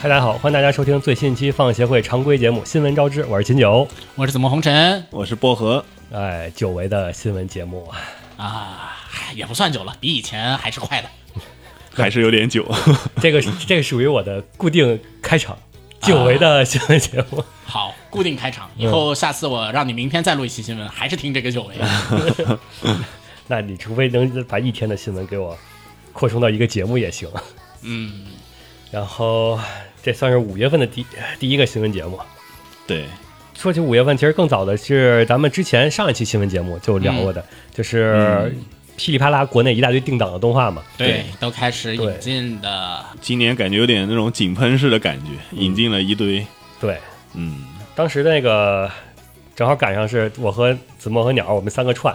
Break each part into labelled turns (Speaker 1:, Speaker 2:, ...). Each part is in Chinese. Speaker 1: 嗨，大家好，欢迎大家收听最新一期放协会常规节目《新闻招知》，我是秦九。
Speaker 2: 我是怎么红尘
Speaker 3: 我是薄荷，
Speaker 1: 哎，久违的新闻节目， 啊，
Speaker 2: 啊，唉也不算久了，比以前还是快的。
Speaker 3: 还是有点久。
Speaker 1: 这个这个属于我的固定开场，久违的新闻节
Speaker 2: 啊
Speaker 1: 目。
Speaker 2: 好，固定开场，以后下次我让你明天再录一期新闻，还是听这个久违。
Speaker 1: 那你除非能把一天的新闻给我扩充到一个节目也行。
Speaker 2: 嗯，
Speaker 1: 然后这算是五月份的第第一个新闻节目。
Speaker 3: 对，
Speaker 1: 说起五月份，其实更早的是咱们之前上一期新闻节目就聊过
Speaker 2: 嗯
Speaker 1: 的，就是噼里啪啦国内一大堆定档的动画嘛。
Speaker 2: 对，都开始
Speaker 1: 对
Speaker 2: 引进的，
Speaker 3: 今年感觉有点那种井喷式的感觉，引进了一堆，
Speaker 1: 对，
Speaker 3: 嗯，
Speaker 1: 当时那个正好赶上是我和子墨和鸟儿我们三个串，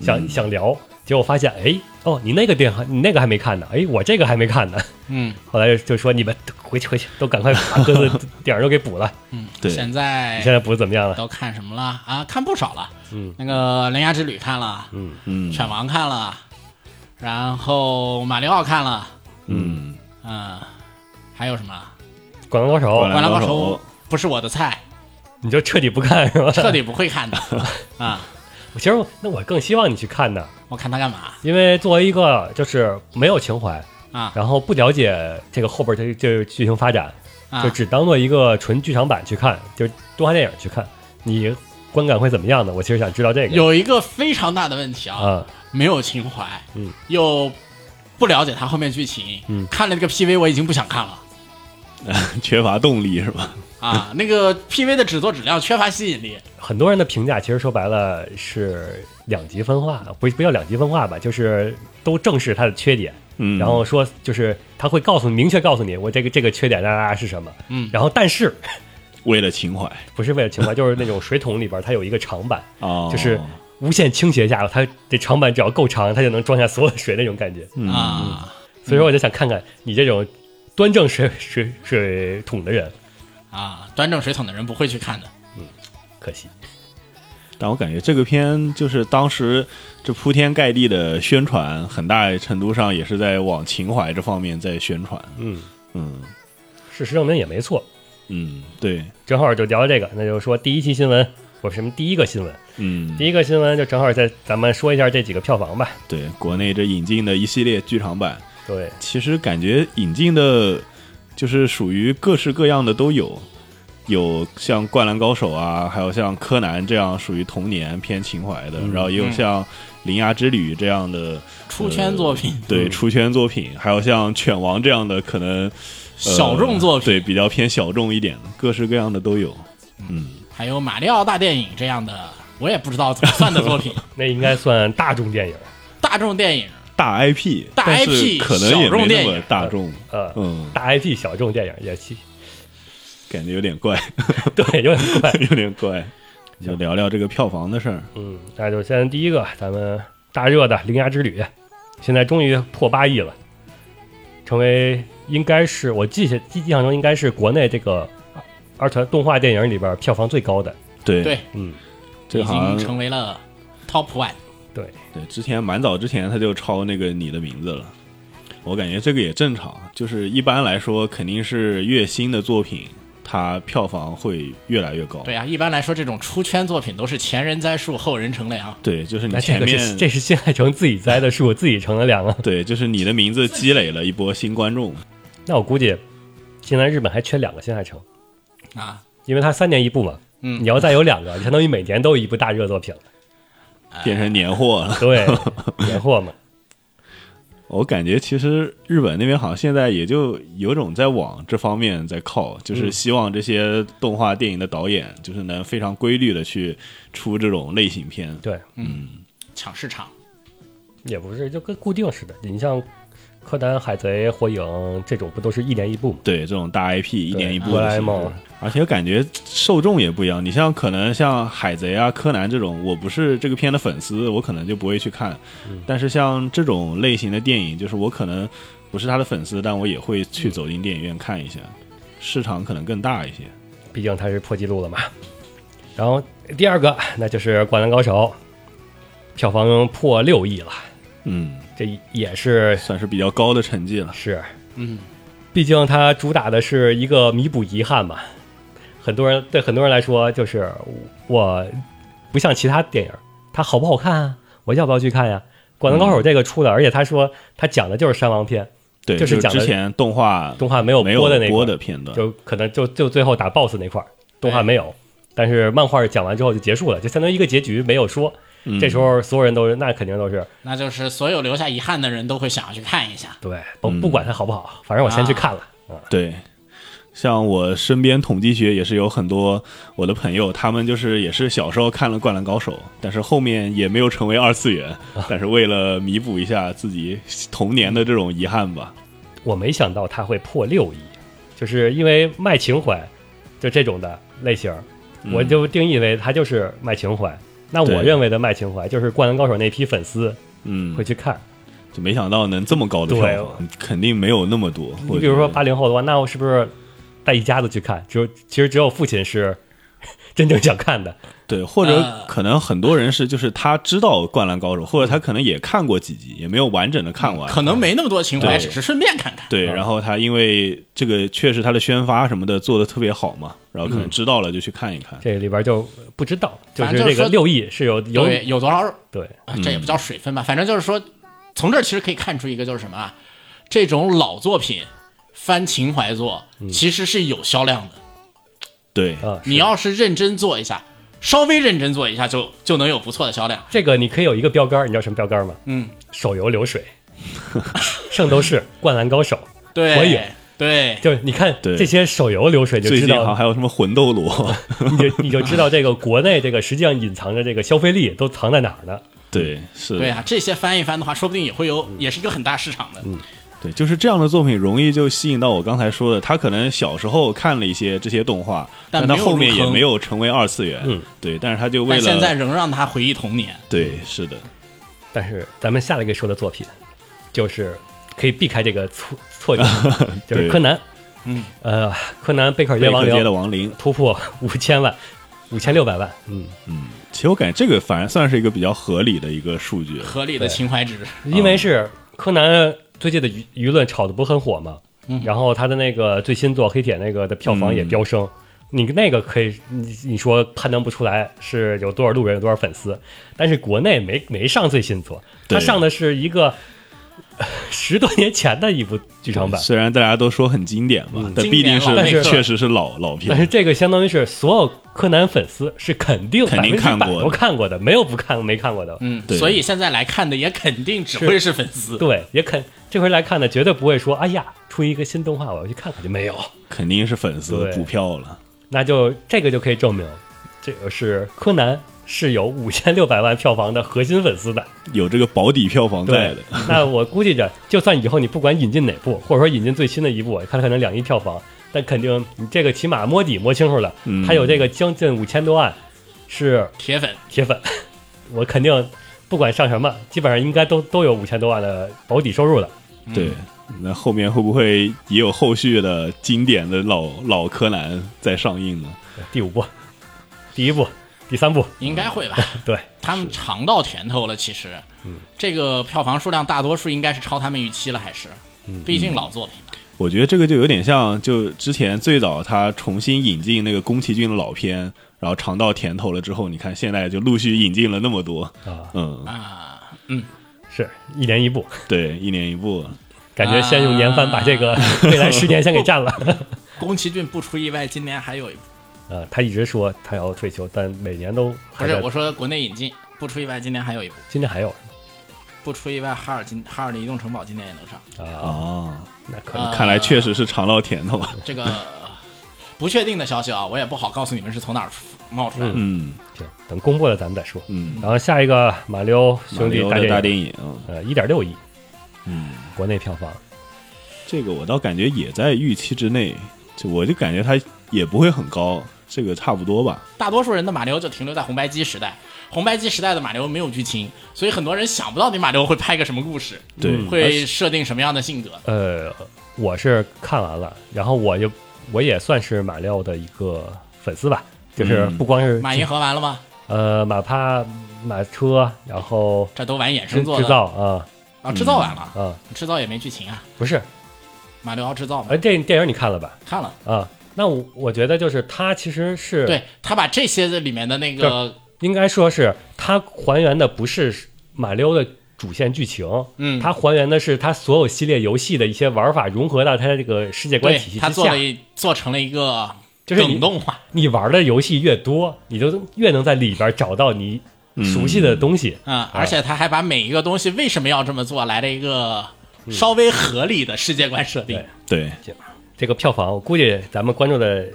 Speaker 1: 想、想聊，结果发现哎哦，你那个电话你那个还没看呢，哎我这个还没看呢。
Speaker 2: 嗯
Speaker 1: 后来就说你们回去回去都赶快把各自点儿都给补了。
Speaker 2: 嗯，
Speaker 3: 对
Speaker 2: 现
Speaker 1: 你现
Speaker 2: 在
Speaker 1: 在补的怎么样了？
Speaker 2: 都看什么了啊？看不少了，
Speaker 1: 嗯
Speaker 2: 那个《铃芽之旅》看了，
Speaker 1: 嗯，
Speaker 3: 嗯
Speaker 2: 犬王》看了，然后《马里奥》看了，
Speaker 3: 嗯，
Speaker 2: 嗯，还有什么？
Speaker 1: 灌篮高手
Speaker 3: 灌
Speaker 2: 灌篮高
Speaker 3: 高
Speaker 2: 手
Speaker 3: 手
Speaker 2: 不是我的菜，
Speaker 1: 你就彻底不看是吧？
Speaker 2: 彻底不会看的啊！
Speaker 1: 其实我那我更希望你去看呢，
Speaker 2: 我看他干嘛
Speaker 1: 因为作为一个就是没有情怀，
Speaker 2: 啊？
Speaker 1: 然后不了解这个后边这这剧情发展，
Speaker 2: 啊
Speaker 1: 就只当做一个纯剧场版去看，就是动画电影去看，你观感会怎么样呢？我其实想知道这个。
Speaker 2: 有一个非常大的问题啊，
Speaker 1: 啊，
Speaker 2: 没有情怀，
Speaker 1: 嗯，
Speaker 2: 又不了解他后面剧情，
Speaker 1: 嗯
Speaker 2: 看了那个 PV 我已经不想看了
Speaker 3: 缺乏动力是吧？
Speaker 2: 啊，
Speaker 3: 嗯
Speaker 2: 那个 PV 的制作质量缺乏吸引力，
Speaker 1: 很多人的评价其实说白了是两极分化，不不叫两极分化吧，就是都正视它的缺点，
Speaker 3: 嗯，
Speaker 1: 然后说就是他会告诉你，明确告诉你我这个这个缺点啦啦啦是什么，
Speaker 2: 嗯
Speaker 1: 然后但是
Speaker 3: 为了情怀
Speaker 1: 不是为了情怀，就是那种水桶里边它有一个长板，
Speaker 3: 哦，
Speaker 1: 就是无限倾斜下，它这长板只要够长，它就能装下所有的水那种感觉。
Speaker 3: 嗯
Speaker 2: 啊
Speaker 1: 所以说，我就想看看你这种端正水水水桶的人，
Speaker 2: 啊，端正水桶的人不会去看的，
Speaker 1: 可惜。
Speaker 3: 但我感觉这个片就是当时这铺天盖地的宣传，很大程度上也是在往情怀这方面在宣传。
Speaker 1: 嗯，
Speaker 3: 嗯
Speaker 1: 事实证明也没错。
Speaker 3: 嗯，对，
Speaker 1: 正好就聊这个，那就是说第一期新闻，我什么第一个新闻，
Speaker 3: 嗯
Speaker 1: 第一个新闻就正好在咱们说一下这几个票房吧。
Speaker 3: 对，国内这引进的一系列剧场版，
Speaker 1: 对，
Speaker 3: 其实感觉引进的，就是属于各式各样的都有，有像《灌篮高手》啊，还有像《柯南》这样属于童年偏情怀
Speaker 2: 嗯
Speaker 3: 的，然后也有像《铃芽之旅》这样的
Speaker 2: 出圈作品，
Speaker 3: 对出圈作品，还有像《犬王》这样的可能、呃
Speaker 2: 小众作品，
Speaker 3: 对比较偏小众一点的，各式各样的都有。
Speaker 2: 还有马里奥大电影这样的，我也不知道怎么算的 作品，
Speaker 1: 那应该算大众电影。
Speaker 2: 大众电影
Speaker 3: 大 IP，
Speaker 2: 大
Speaker 3: 但是
Speaker 2: IP
Speaker 3: 可能也
Speaker 2: 小众
Speaker 3: 没
Speaker 2: 电
Speaker 3: 那
Speaker 2: 影
Speaker 3: 么大众，
Speaker 1: 呃，
Speaker 3: 嗯，
Speaker 1: 大 IP 小众电影也其
Speaker 3: 感觉有点怪，
Speaker 1: 对有点怪。
Speaker 3: 有点怪。就聊聊这个票房的事儿，
Speaker 1: 嗯，那就先第一个，咱们大热的《铃芽之旅》，现在终于破八亿了，成为应该是我记下记印象中应该是国内这个二次元动画电影里边票房最高的。
Speaker 3: 对
Speaker 2: 对
Speaker 1: 嗯，
Speaker 3: 这
Speaker 2: 已
Speaker 3: 好像
Speaker 2: 经成为了 top one，
Speaker 1: 对，
Speaker 3: 对，之前蛮早之前他就抄那个你的名字了，我感觉这个也正常，就是一般来说肯定是越新的作品，它票房会越来越高。
Speaker 2: 对啊，一般来说这种出圈作品都是前人栽树，后人乘凉。
Speaker 3: 对，就是你
Speaker 1: 那这
Speaker 3: 前
Speaker 1: 个
Speaker 3: 面、
Speaker 1: 是这是新海诚自己栽的树，自己乘了凉啊。
Speaker 3: 对，就是你的名字积累了一波新观众。
Speaker 1: 那我估计现在日本还缺两个新海诚，
Speaker 2: 啊，
Speaker 1: 因为他三年一部嘛。
Speaker 2: 嗯
Speaker 1: 你要再有两个，相当于每年都有一部大热作品了。
Speaker 3: 变成年货了，
Speaker 1: 对，年货嘛。
Speaker 3: 我感觉其实日本那边好像现在也就有种在往这方面在靠，
Speaker 1: 嗯
Speaker 3: 就是希望这些动画电影的导演就是能非常规律的去出这种类型片。
Speaker 1: 对，
Speaker 2: 抢市场。
Speaker 1: 也不是，就跟固定似的。你像柯南、海贼、火影这种，不都是一年一部吗？
Speaker 3: 对这种大 IP 一年一部
Speaker 1: 哆啦
Speaker 3: 的
Speaker 1: A
Speaker 3: 形式
Speaker 1: 梦，
Speaker 3: 而且感觉受众也不一样。你像可能像海贼啊、柯南这种，我不是这个片的粉丝，我可能就不会去看。
Speaker 1: 嗯
Speaker 3: 但是像这种类型的电影，就是我可能不是他的粉丝，但我也会去走进电影院看一下，市场可能更大一些。
Speaker 1: 毕竟它是破纪录了嘛。然后第二个，那就是《灌篮高手》，票房破六亿了，
Speaker 3: 嗯，
Speaker 1: 这也是
Speaker 3: 算是比较高的成绩了。
Speaker 1: 是
Speaker 2: 嗯，
Speaker 1: 毕竟它主打的是一个弥补遗憾嘛。很多人对很多人来说，就是我不像其他电影，它好不好看啊？我要不要去看呀？《灌篮高手》这个出的，而且他说他讲的就是山王篇，
Speaker 3: 对，
Speaker 1: 就是
Speaker 3: 是
Speaker 1: 讲的
Speaker 3: 之前动画
Speaker 1: 动画没有
Speaker 3: 没有
Speaker 1: 播的那块
Speaker 3: 播
Speaker 1: 儿，
Speaker 3: 的片段，
Speaker 1: 就可能就就最后打 BOSS 那块儿，动画没有，但是漫画讲完之后就结束了，就相当于一个结局没有说。
Speaker 3: 嗯
Speaker 1: 这时候所有人都是，那肯定都是
Speaker 2: 那就是所有留下遗憾的人都会想要去看一下。
Speaker 1: 对，不
Speaker 3: 嗯啊
Speaker 1: 不管它好不好，反正我先去看了。
Speaker 3: 对，像我身边统计学也是有很多我的朋友，他们就是也是小时候看了《灌篮高手》，但是后面也没有成为二次元，
Speaker 1: 啊
Speaker 3: 但是为了弥补一下自己童年的这种遗憾吧，
Speaker 1: 我没想到它会破六亿，就是因为卖情怀，就这种的类型，
Speaker 3: 嗯
Speaker 1: 我就定义为它就是卖情怀。那
Speaker 3: 对
Speaker 1: 我认为的卖情怀，就是《灌篮高手》那批粉丝
Speaker 3: 嗯
Speaker 1: 会，去看。
Speaker 3: 就没想到能这么高的票房，肯定没有那么多。
Speaker 1: 你比如说
Speaker 3: 把
Speaker 1: 八零后的话，那我是不是带一家子去看？只有其实只有父亲是 真正想看的。
Speaker 3: 对，或者
Speaker 2: 呃
Speaker 3: 可能很多人是就是他知道《灌篮高手》，或者他可能也看过几集，也没有完整的看完，
Speaker 2: 可能没那么多情怀，
Speaker 3: 对
Speaker 2: 只是顺便看看。
Speaker 3: 对，
Speaker 1: 嗯
Speaker 3: 然后他因为这个确实他的宣发什么的做的特别好嘛，然后可
Speaker 1: 嗯
Speaker 3: 能知道了就去看一看。
Speaker 1: 这里边就不知道，就
Speaker 2: 反
Speaker 1: 是
Speaker 2: 正就是
Speaker 1: 这个
Speaker 2: 说
Speaker 1: 六亿是有有
Speaker 2: 对，有多少
Speaker 1: 对
Speaker 2: 啊这也不
Speaker 3: 嗯
Speaker 2: 叫水分吧，反正就是说，从这儿其实可以看出一个就是什么啊，这种老作品翻情怀作
Speaker 3: 嗯
Speaker 2: 其实是有销量的。
Speaker 3: 对，
Speaker 1: 啊，是
Speaker 2: 你要是认真做一下，稍微认真做一下就，就能有不错的销量。
Speaker 1: 这个你可以有一个标杆儿，你知道什么标杆儿吗？
Speaker 2: 嗯，
Speaker 1: 手游流水， 圣斗士、灌篮高手，火影
Speaker 2: 对，对，
Speaker 1: 就是你看
Speaker 3: 对
Speaker 1: 这些手游流水，你就
Speaker 3: 最
Speaker 1: 知
Speaker 3: 近啊好像
Speaker 1: 道，
Speaker 3: 还有什么魂斗罗，
Speaker 1: 你就你就知道这个国内这个实际上隐藏着这个消费力都藏在哪儿呢？
Speaker 3: 对，是，
Speaker 2: 对啊，这些翻一翻的话，说不定也会
Speaker 3: 嗯
Speaker 2: 有，也是一个很大市场的。
Speaker 3: 对，就是这样的作品容易就吸引到我刚才说的，他可能小时候看了一些这些动画，
Speaker 2: 但
Speaker 3: 但他
Speaker 2: 没有
Speaker 3: 后面
Speaker 2: 入
Speaker 3: 也
Speaker 2: 坑
Speaker 3: 没有成为二次元，
Speaker 1: 嗯
Speaker 3: 对，但是他就为
Speaker 2: 但
Speaker 3: 了
Speaker 2: 现在仍让他回忆童年。
Speaker 3: 对，是的，
Speaker 1: 但是咱们下一个说的作品，就是可以避开这个错错觉，就是
Speaker 3: 对
Speaker 1: 柯南。
Speaker 2: 嗯，
Speaker 1: 呃，柯南贝克尔街
Speaker 3: 贝
Speaker 1: 亡
Speaker 3: 克街
Speaker 1: 灵
Speaker 3: 的亡灵，
Speaker 1: 突破五千万，五千六百万。嗯，
Speaker 3: 其实我感觉这个反而算是一个比较合理的一个数据，
Speaker 2: 合理的情怀值，
Speaker 1: 因
Speaker 3: 嗯
Speaker 1: 为是柯南最近的舆舆论炒的不是很火嘛，
Speaker 3: 嗯
Speaker 1: 然后他的那个最新作《黑铁》那个的票房也飙升。你那个可以，你你说判断不出来是有多少路人有多少粉丝，但是国内没没上最新作，他
Speaker 3: 对
Speaker 1: 上的是一个 呃十多年前的一部剧场版，
Speaker 3: 虽然大家都说很经典嘛，但
Speaker 2: 经
Speaker 3: 毕竟
Speaker 2: 典
Speaker 3: 是
Speaker 2: 老
Speaker 1: 但是
Speaker 3: 确实是老老
Speaker 1: 但是
Speaker 3: 片，
Speaker 1: 这个相当于是所有柯南粉丝是肯定
Speaker 3: 肯定
Speaker 1: 百分之
Speaker 3: 看
Speaker 1: 百
Speaker 3: 过的
Speaker 1: 都看过的，没有不看没看过的。
Speaker 2: 嗯，
Speaker 3: 对
Speaker 2: 所以现在来看的也肯定只会是粉丝。
Speaker 1: 对，也肯这回来看呢，绝对不会说哎呀出一个新动画我要去看看就没有，
Speaker 3: 肯定是粉丝
Speaker 1: 对
Speaker 3: 补票了。
Speaker 1: 那就这个就可以证明这个是柯南是有五千六百万票房的核心粉丝的。
Speaker 3: 有这个保底票房
Speaker 1: 对
Speaker 3: 在的，，
Speaker 1: 那我估计着，就算以后你不管引进哪部，或者说引进最新的一部，它可能两亿票房，但肯定你这个起码摸底摸清楚了，
Speaker 3: 嗯
Speaker 1: 它有这个将近五千多万是
Speaker 2: 铁粉，
Speaker 1: 铁粉， 我肯定不管上什么，基本上应该都都有五千多万的保底收入的。
Speaker 3: 对。那后面会不会也有后续的经典的老老柯南再上映呢？
Speaker 1: 第五部、第一部、第三部，
Speaker 2: 应该会吧？
Speaker 1: 对，
Speaker 2: 他们尝到甜头了，其实，
Speaker 3: 嗯
Speaker 2: 这个票房数量大多数应该是超他们预期了，还是，
Speaker 3: 嗯
Speaker 2: 毕竟老作品嘛，
Speaker 3: 我觉得这个就有点像，就之前最早他重新引进那个宫崎骏的老片，然后尝到甜头了之后，你看现在就陆续引进了那么多
Speaker 1: 啊
Speaker 3: 嗯，
Speaker 1: 是一年一部，
Speaker 3: 对，一年一部，
Speaker 1: 感觉先用年番把这个 未来十年先给占了。
Speaker 2: 宫崎骏不出意外，今年还有一部，
Speaker 1: 呃，他一直说他要退休，但每年都
Speaker 2: 不
Speaker 1: 还
Speaker 2: 是
Speaker 1: 在
Speaker 2: 我。说国内引进，不出意外，今年还有一部，
Speaker 1: 今年还有
Speaker 2: 不出意外，哈尔金哈尔的移动城堡今年也能
Speaker 1: 啊，
Speaker 2: 上，
Speaker 3: 哦，
Speaker 1: 那可能
Speaker 3: 看来确实是尝到甜头了。
Speaker 2: 这个 不确定的消息啊，我也不好告诉你们是从哪儿冒出来的。
Speaker 3: 嗯
Speaker 1: 行，等公布了咱们再说。
Speaker 3: 嗯，
Speaker 1: 然后下一个马里奥兄弟
Speaker 3: 马里奥
Speaker 1: 大
Speaker 3: 的
Speaker 1: 电
Speaker 3: 大
Speaker 1: 影，
Speaker 3: 电影，嗯
Speaker 1: 呃，一点六亿，
Speaker 3: 嗯，
Speaker 1: 国内票房，
Speaker 3: 这个我倒感觉也在预期之内，就我就感觉它也不会很高，这个差不多吧。
Speaker 2: 大多数人的马里奥就停留在红白机时代，红白机时代的马里奥没有剧情，所以很多人想不到你马里奥会拍个什么故事，
Speaker 3: 对，而且
Speaker 2: 嗯会设定什么样的性格。
Speaker 1: 呃，我是看完了，然后我就我也算是马里奥的一个粉丝吧，就是
Speaker 3: 嗯
Speaker 1: 不光是
Speaker 2: 马银河完了吗？
Speaker 1: 呃马帕马车，然后
Speaker 2: 这都玩衍
Speaker 1: 制
Speaker 2: 生作
Speaker 1: 制
Speaker 2: 的
Speaker 1: 造啊
Speaker 2: 啊，制造完了，
Speaker 1: 啊，
Speaker 2: 制造也没剧情啊。
Speaker 1: 不是
Speaker 2: 马里奥制造嘛，
Speaker 1: 哎，电电影你看了吧？
Speaker 2: 看了，
Speaker 1: 啊，那我我觉得就是它其实是
Speaker 2: 对他把这些的里面的那个，
Speaker 1: 应该说是它还原的不是马里奥的主线剧情，
Speaker 2: 嗯
Speaker 1: 它还原的是它所有系列游戏的一些玩法融合到它这个世界观
Speaker 2: 对
Speaker 1: 体系
Speaker 2: 他
Speaker 1: 之
Speaker 2: 做
Speaker 1: 下
Speaker 2: 了。一做成了一个
Speaker 1: 就是你
Speaker 2: 梗动画，
Speaker 1: 你玩的游戏越多，你就越能在里边找到你熟悉的东西。
Speaker 2: 嗯，而且他还把每一个东西为什么要这么做来了一个稍微合理的世界观设定
Speaker 1: 嗯对。
Speaker 3: 对，
Speaker 1: 这个票房，我估计咱们关注的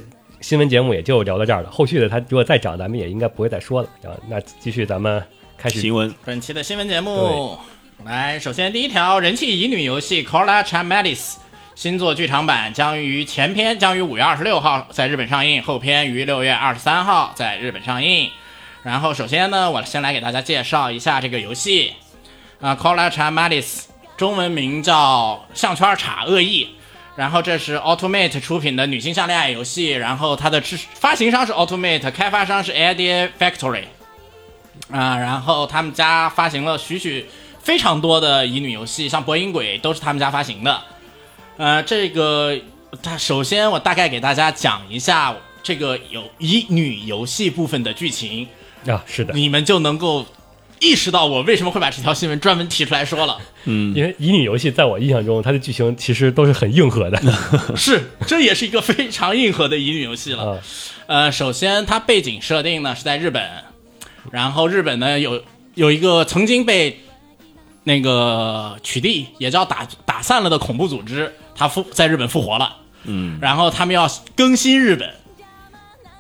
Speaker 1: 新闻节目也就聊到这儿了。后续的它如果再涨，咱们也应该不会再说了。然后那继续咱们开始
Speaker 3: 新闻
Speaker 2: 本期的新闻节目，来，首先第一条，人气乙女游戏《Cola c h a m a d i s 新作剧场版将于前篇将于五月二十六号在日本上映，后篇于六月二十三号在日本上映。然后，首先呢，我先来给大家介绍一下这个游戏啊，《Cola c h a m a d i s 中文名叫《项圈叉恶意》。然后这是 Ultimate 出品的女性向恋爱游戏，然后它的制发行商是 Ultimate，开发商是 Idea Factory。啊、然后他们家发行了许许非常多的乙女游戏，像《博音鬼》都是他们家发行的。呃，这个它首先我大概给大家讲一下这个有乙女游戏部分的剧情，
Speaker 1: 啊，是的，
Speaker 2: 你们就能够意识到我为什么会把这条新闻专门提出来说了。
Speaker 3: 嗯
Speaker 1: 因为乙女游戏在我印象中，它的剧情其实都是很硬核 的。
Speaker 2: 是，这也是一个非常硬核的乙女游戏了。
Speaker 1: 啊
Speaker 2: 呃，首先它背景设定呢是在日本，然后日本呢有有一个曾经被那个取缔，也叫打打散了的恐怖组织，它复在日本复活了。嗯，然后他们要更新日本，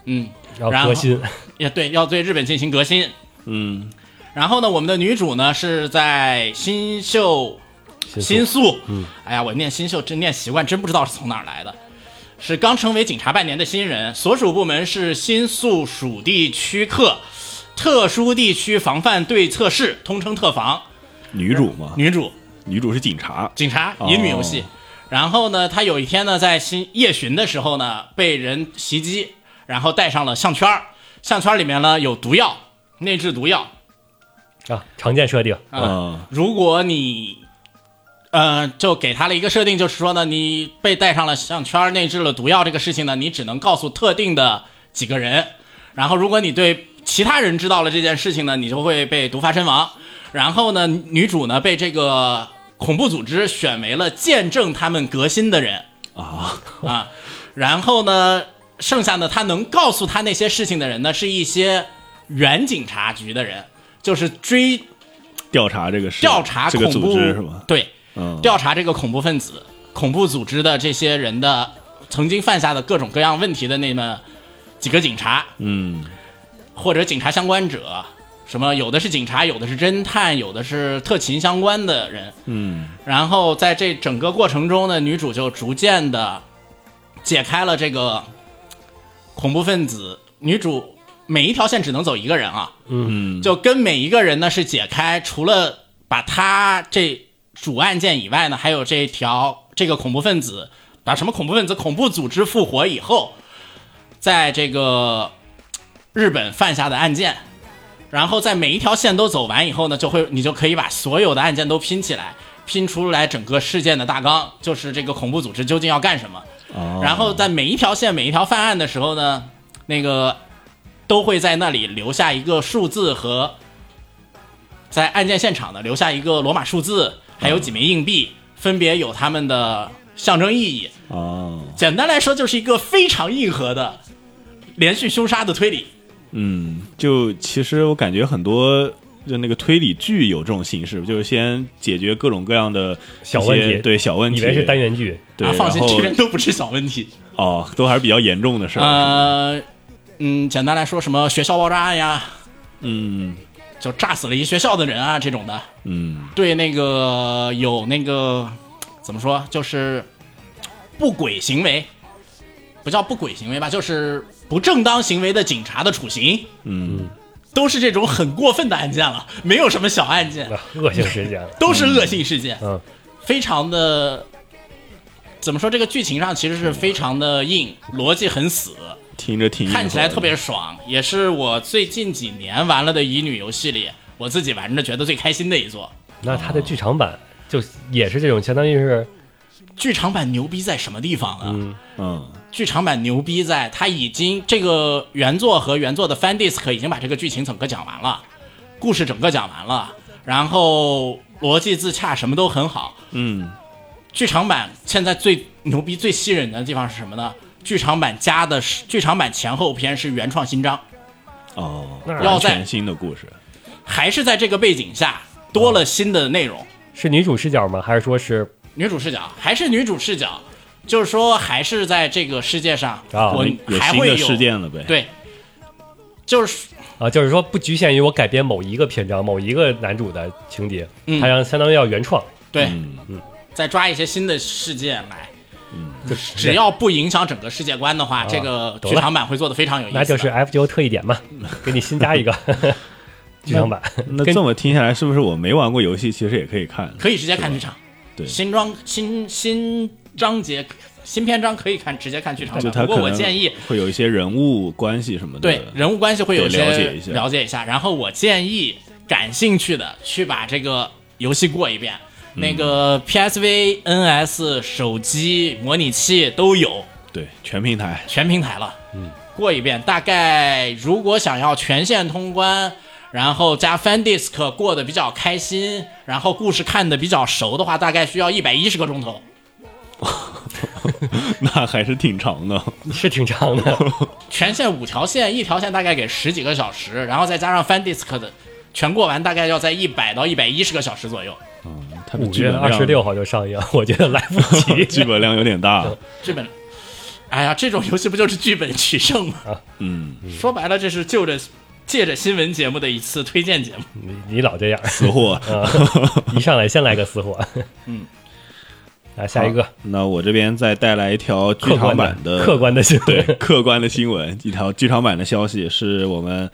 Speaker 2: 嗯，
Speaker 1: 然后革新，
Speaker 2: 也对，要对日本进行革新。
Speaker 3: 嗯，
Speaker 2: 然后呢，我们的女主呢是在新秀新
Speaker 1: 新
Speaker 2: 宿，嗯，哎呀，我念新秀真念习惯，真不知道是从哪儿来的。是刚成为警察半年的新人，所属部门是新宿属地区课特殊地区防范对策室，通称特防。
Speaker 3: 女主嘛，
Speaker 2: 女主
Speaker 3: 女主是警察，
Speaker 2: 警察乙女游戏。
Speaker 3: 哦
Speaker 2: 然后呢，她有一天呢，在新夜巡的时候呢，被人袭击，然后带上了项圈儿项圈儿里面呢有毒药，内置毒药。
Speaker 1: 啊，常见设定。
Speaker 3: 嗯，
Speaker 2: 如果你，呃，就给他了一个设定，就是说呢，你被带上了项圈，内置了毒药这个事情呢，你只能告诉特定的几个人。然后，如果你对其他人知道了这件事情呢，你就会被毒发身亡。然后呢，女主呢被这个恐怖组织选为了见证他们革新的人
Speaker 3: 啊，
Speaker 2: 啊。然后呢，剩下的他能告诉他那些事情的人呢，是一些原警察局的人，就是追
Speaker 3: 调查这个事，
Speaker 2: 调查
Speaker 3: 这
Speaker 2: 恐
Speaker 3: 个
Speaker 2: 怖
Speaker 3: 组织是吗？
Speaker 2: 对，
Speaker 3: 嗯，
Speaker 2: 调查这个恐怖分子、恐怖组织的这些人的曾经犯下的各种各样问题的那么几个警察
Speaker 3: 嗯
Speaker 2: 或者警察相关者，什么有的是警察，有的是侦探，有的是特勤相关的人。
Speaker 3: 嗯
Speaker 2: 然后在这整个过程中呢，女主就逐渐的解开了这个恐怖分子。女主每一条线只能走一个人啊，
Speaker 3: 嗯，
Speaker 2: 就跟每一个人呢是解开，除了把他这主案件以外呢，还有这条这个恐怖分子把什么恐怖分子、恐怖组织复活以后，在这个日本犯下的案件，然后在每一条线都走完以后呢，就会你就可以把所有的案件都拼起来。拼出来整个事件的大纲，就是这个恐怖组织究竟要干什么。
Speaker 3: 哦
Speaker 2: 然后在每一条线、每一条犯案的时候呢，那个都会在那里留下一个数字和在案件现场的留下一个罗马数字，还有几枚硬币，分别有它们的象征意义。
Speaker 3: 哦，
Speaker 2: 简单来说，就是一个非常硬核的连续凶杀的推理。
Speaker 3: 嗯，就其实我感觉很多。就那个推理剧有这种形式，就是先解决各种各样的
Speaker 1: 小
Speaker 3: 一些
Speaker 1: 问题
Speaker 3: 对小问题，
Speaker 1: 以为是单元剧，
Speaker 3: 对，
Speaker 2: 啊，放心，
Speaker 3: 然后
Speaker 2: 这边都不是小问 题。
Speaker 3: 哦，都还是比较严重的事儿，
Speaker 2: 呃，嗯，简单来说，什么学校爆炸案呀，
Speaker 3: 嗯
Speaker 2: 就炸死了一学校的人啊，这种的。
Speaker 3: 嗯
Speaker 2: 对那个有那个怎么说，就是不轨行为，不叫不轨行为吧，就是不正当行为的警察的处刑，
Speaker 3: 嗯，
Speaker 2: 都是这种很过分的案件了，没有什么小案
Speaker 3: 嗯
Speaker 2: 件，
Speaker 1: 啊恶性事 件了。
Speaker 2: 都是恶性事件，
Speaker 1: 嗯，
Speaker 2: 非常的怎么说，这个剧情上其实是非常的硬，逻辑很死，
Speaker 3: 听着挺
Speaker 2: 看起来
Speaker 3: 硬核的
Speaker 2: 特别爽，也是我最近几年玩了的乙女游戏里，我自己玩着觉得最开心的一座。
Speaker 1: 那它的剧场版就也是这种，相当于是
Speaker 2: 剧场版牛逼在什么地方呢？
Speaker 1: 嗯
Speaker 3: 嗯
Speaker 2: 剧场版牛逼在它已经这个原作和原作的 fan disc 已经把这个剧情整个讲完了，故事整个讲完了，然后逻辑自洽什么都很好。
Speaker 3: 嗯，
Speaker 2: 剧场版现在最牛逼、最吸引人的地方是什么呢？剧场版加的是剧场版前后篇是原创新章，
Speaker 3: 哦，
Speaker 1: 那
Speaker 2: 要
Speaker 3: 完
Speaker 2: 在
Speaker 3: 全新的故事，
Speaker 2: 还是在这个背景下多了新的内容。
Speaker 1: 是女主视角吗？还是说是
Speaker 2: 女主视角还是女主视角，就是说还是在这个世界上，
Speaker 1: 啊
Speaker 2: 我
Speaker 3: 有
Speaker 2: 哦还
Speaker 3: 新
Speaker 2: 会
Speaker 3: 的
Speaker 2: 有
Speaker 3: 事件了呗。
Speaker 2: 对，就是
Speaker 1: 啊？就是说不局限于我改编某一个篇章、某一个男主的情节，
Speaker 2: 嗯
Speaker 1: 它要相当于要原创。
Speaker 2: 对。
Speaker 3: 嗯，
Speaker 2: 再抓一些新的事件来。嗯，只要不影响整个世界观的
Speaker 3: 啊
Speaker 2: 话，这个
Speaker 1: 懂
Speaker 2: 剧
Speaker 1: 了
Speaker 2: 场版会做的非
Speaker 3: 嗯
Speaker 2: 常有意思的。
Speaker 1: 那就是 F 九特一点嘛，给你新加一个剧场版。
Speaker 3: 那
Speaker 1: 跟
Speaker 3: 这么听下来，是不是我没玩过游戏，其实也可以看？
Speaker 2: 可以直接看剧场。
Speaker 3: 对
Speaker 2: 新装新新章节新篇章可以看，直接看剧场
Speaker 3: 就
Speaker 2: 版。
Speaker 3: 他
Speaker 2: 啊不过
Speaker 3: 可
Speaker 2: 我
Speaker 3: 能
Speaker 2: 建议，
Speaker 3: 会有一些人物关系什么的。
Speaker 2: 对人物关系会有
Speaker 3: 得
Speaker 2: 些
Speaker 3: 了解一下
Speaker 2: 了解一下。然后我建议感兴趣的去把这个游戏过一遍。
Speaker 3: 嗯
Speaker 2: 那个 PSV、NS、手机模拟器都有，
Speaker 3: 对，全平台。
Speaker 2: 全平台了，嗯，过一遍。大概如果想要全线通关，然后加 Fan Disc 过得比较开心，然后故事看得比较熟的话，大概需要一百一十个钟头。
Speaker 3: 那还是挺长的。
Speaker 1: 是挺长 的，
Speaker 2: 全线五条线，一条线大概给十几个小时，然后再加上 Fan Disc 的，全过完大概要在一百到一百一十个小时左右。
Speaker 3: 嗯，它的
Speaker 1: 五
Speaker 3: 剧
Speaker 1: 月
Speaker 3: 本
Speaker 1: 二
Speaker 3: 量
Speaker 1: 十六号就上映，我觉得来不
Speaker 3: 剧
Speaker 1: 及。
Speaker 3: 本量有点大。
Speaker 2: 剧本，哎呀，这种游戏不就是剧本取胜吗？
Speaker 3: 嗯，
Speaker 2: 说白了，这是就着借着新闻节目的一次推荐节目。
Speaker 1: 你你老这样，
Speaker 3: 死 货。
Speaker 1: 嗯一上来先来个私货。
Speaker 2: 嗯，
Speaker 1: 来下一个
Speaker 3: 好 那我这边再带来一条剧
Speaker 1: 客
Speaker 3: 场
Speaker 1: 观
Speaker 3: 版
Speaker 1: 的客观的新
Speaker 3: 对
Speaker 1: 闻。
Speaker 3: 客观的新闻，一条剧场版的消息是我们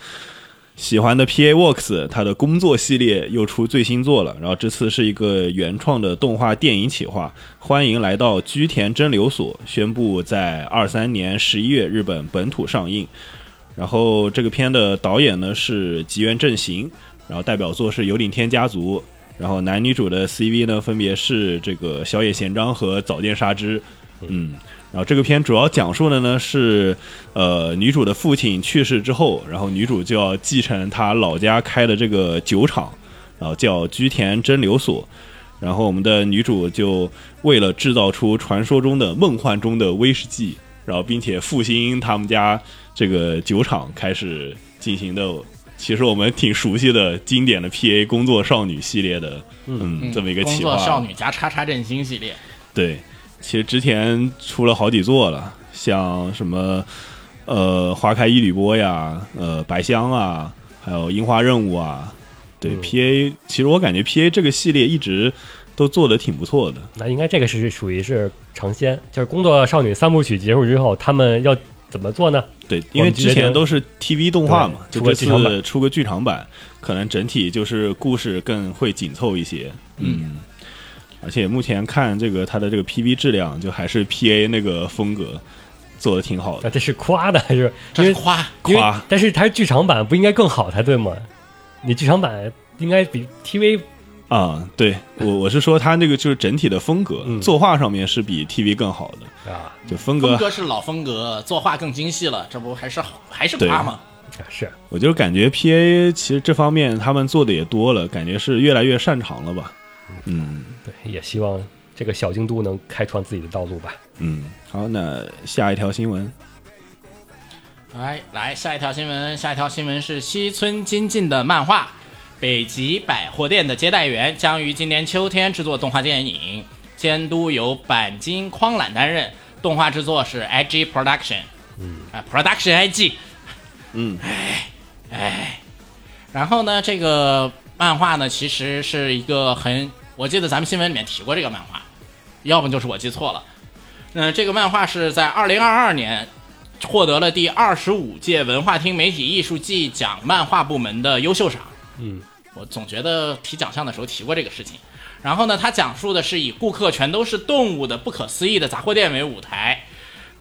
Speaker 3: 喜欢的 PA Works 它的工作系列又出最新作了，然后这次是一个原创的动画电影企划，欢迎来到居田蒸馏所，宣布在二三年十一月日本本土上映。然后这个片的导演呢是吉原正行，然后代表作是《有顶天家族》，然后男女主的 CV 呢分别是这个小野贤章和早见纱织，嗯，然后这个片主要讲述的呢是，呃，女主的父亲去世之后，然后女主就要继承她老家开的这个酒厂，然后叫居田蒸馏所。然后我们的女主就为了制造出传说中的梦幻中的威士忌，然后并且复兴他们家这个酒厂，开始进行的，其实我们挺熟悉的经典的 P A 工作少女系列的，嗯，这么一个
Speaker 2: 工
Speaker 3: 企划。
Speaker 2: 作少女加叉叉振兴系列，
Speaker 3: 对，其实之前出了好几座了，像什么呃《花开一缕波》呀，呃《白香》啊，还有《樱花任务》啊。对、P
Speaker 1: 嗯
Speaker 3: A，其实我感觉 P A 这个系列一直都做的挺不错的。
Speaker 1: 那应该这个是属于是尝鲜，就是工作少女三部曲结束之后，他们要怎么做呢？
Speaker 3: 对，因为之前都是 TV 动画嘛，
Speaker 1: 对出个
Speaker 3: 就这
Speaker 1: 剧场版
Speaker 3: 次出个剧场版，可能整体就是故事更会紧凑一些。嗯，而且目前看这个它的这个 PV 质量，就还是 PA 那个风格做的挺好的
Speaker 1: 啊，。这是夸的还是因
Speaker 2: 这
Speaker 1: 为
Speaker 2: 是夸。
Speaker 1: 因为
Speaker 3: 夸
Speaker 1: 但是它是剧场版不应该更好才对吗？你剧场版应该比 TV
Speaker 3: 啊、对我我是说他那个就是整体的风格，
Speaker 1: 嗯
Speaker 3: 作画上面是比 TV 更好的，
Speaker 1: 啊
Speaker 3: 就风格，
Speaker 2: 风格是老风格，作画更精细了，这不还是好还是夸吗？
Speaker 1: 是
Speaker 3: 我就是感觉 PA 其实这方面他们做的也多了，感觉是越来越擅长了吧。嗯
Speaker 1: 对，也希望这个小京都能开创自己的道路吧。
Speaker 3: 嗯，好，那下一条新闻，
Speaker 2: 来来，下一条新闻，下一条新闻是西村金进的漫画《北极百货店的接待员》将于今年秋天制作动画电影，监督由板金匡揽担任，动画制作是 IG Production，嗯啊，Production IG，
Speaker 3: 嗯
Speaker 2: 然后呢，这个漫画呢，其实是一个很，我记得咱们新闻里面提过这个漫画，要不就是我记错了。那这个漫画是在二零二二年获得了第二十五届文化厅媒体艺术季奖漫画部门的优秀赏。
Speaker 1: 嗯，
Speaker 2: 我总觉得提奖项的时候提过这个事情。然后呢，它讲述的是以顾客全都是动物的不可思议的杂货店为舞台，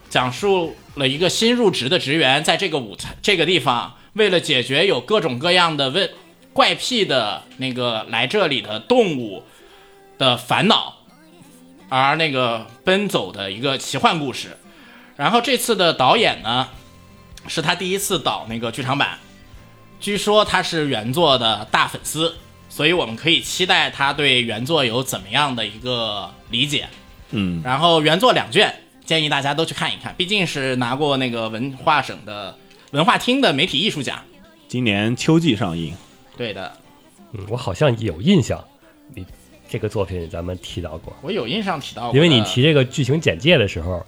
Speaker 2: 讲述了一个新入职的职员在这个舞台这个地方，为了解决有各种各样的问怪癖的那个来这里的动物的烦恼，而那个奔走的一个奇幻故事。然后这次的导演呢，是他第一次导那个剧场版，据说他是原作的大粉丝，所以我们可以期待他对原作有怎么样的一个理解。
Speaker 3: 嗯，
Speaker 2: 然后原作两卷，建议大家都去看一看，毕竟是拿过那个文化省的文化厅的媒体艺术奖。
Speaker 3: 今年秋季上映，
Speaker 2: 对的，
Speaker 1: 嗯，我好像有印象，你这个作品咱们提到过，
Speaker 2: 我有印象提到过的，
Speaker 1: 因为你提这个剧情简介的时候，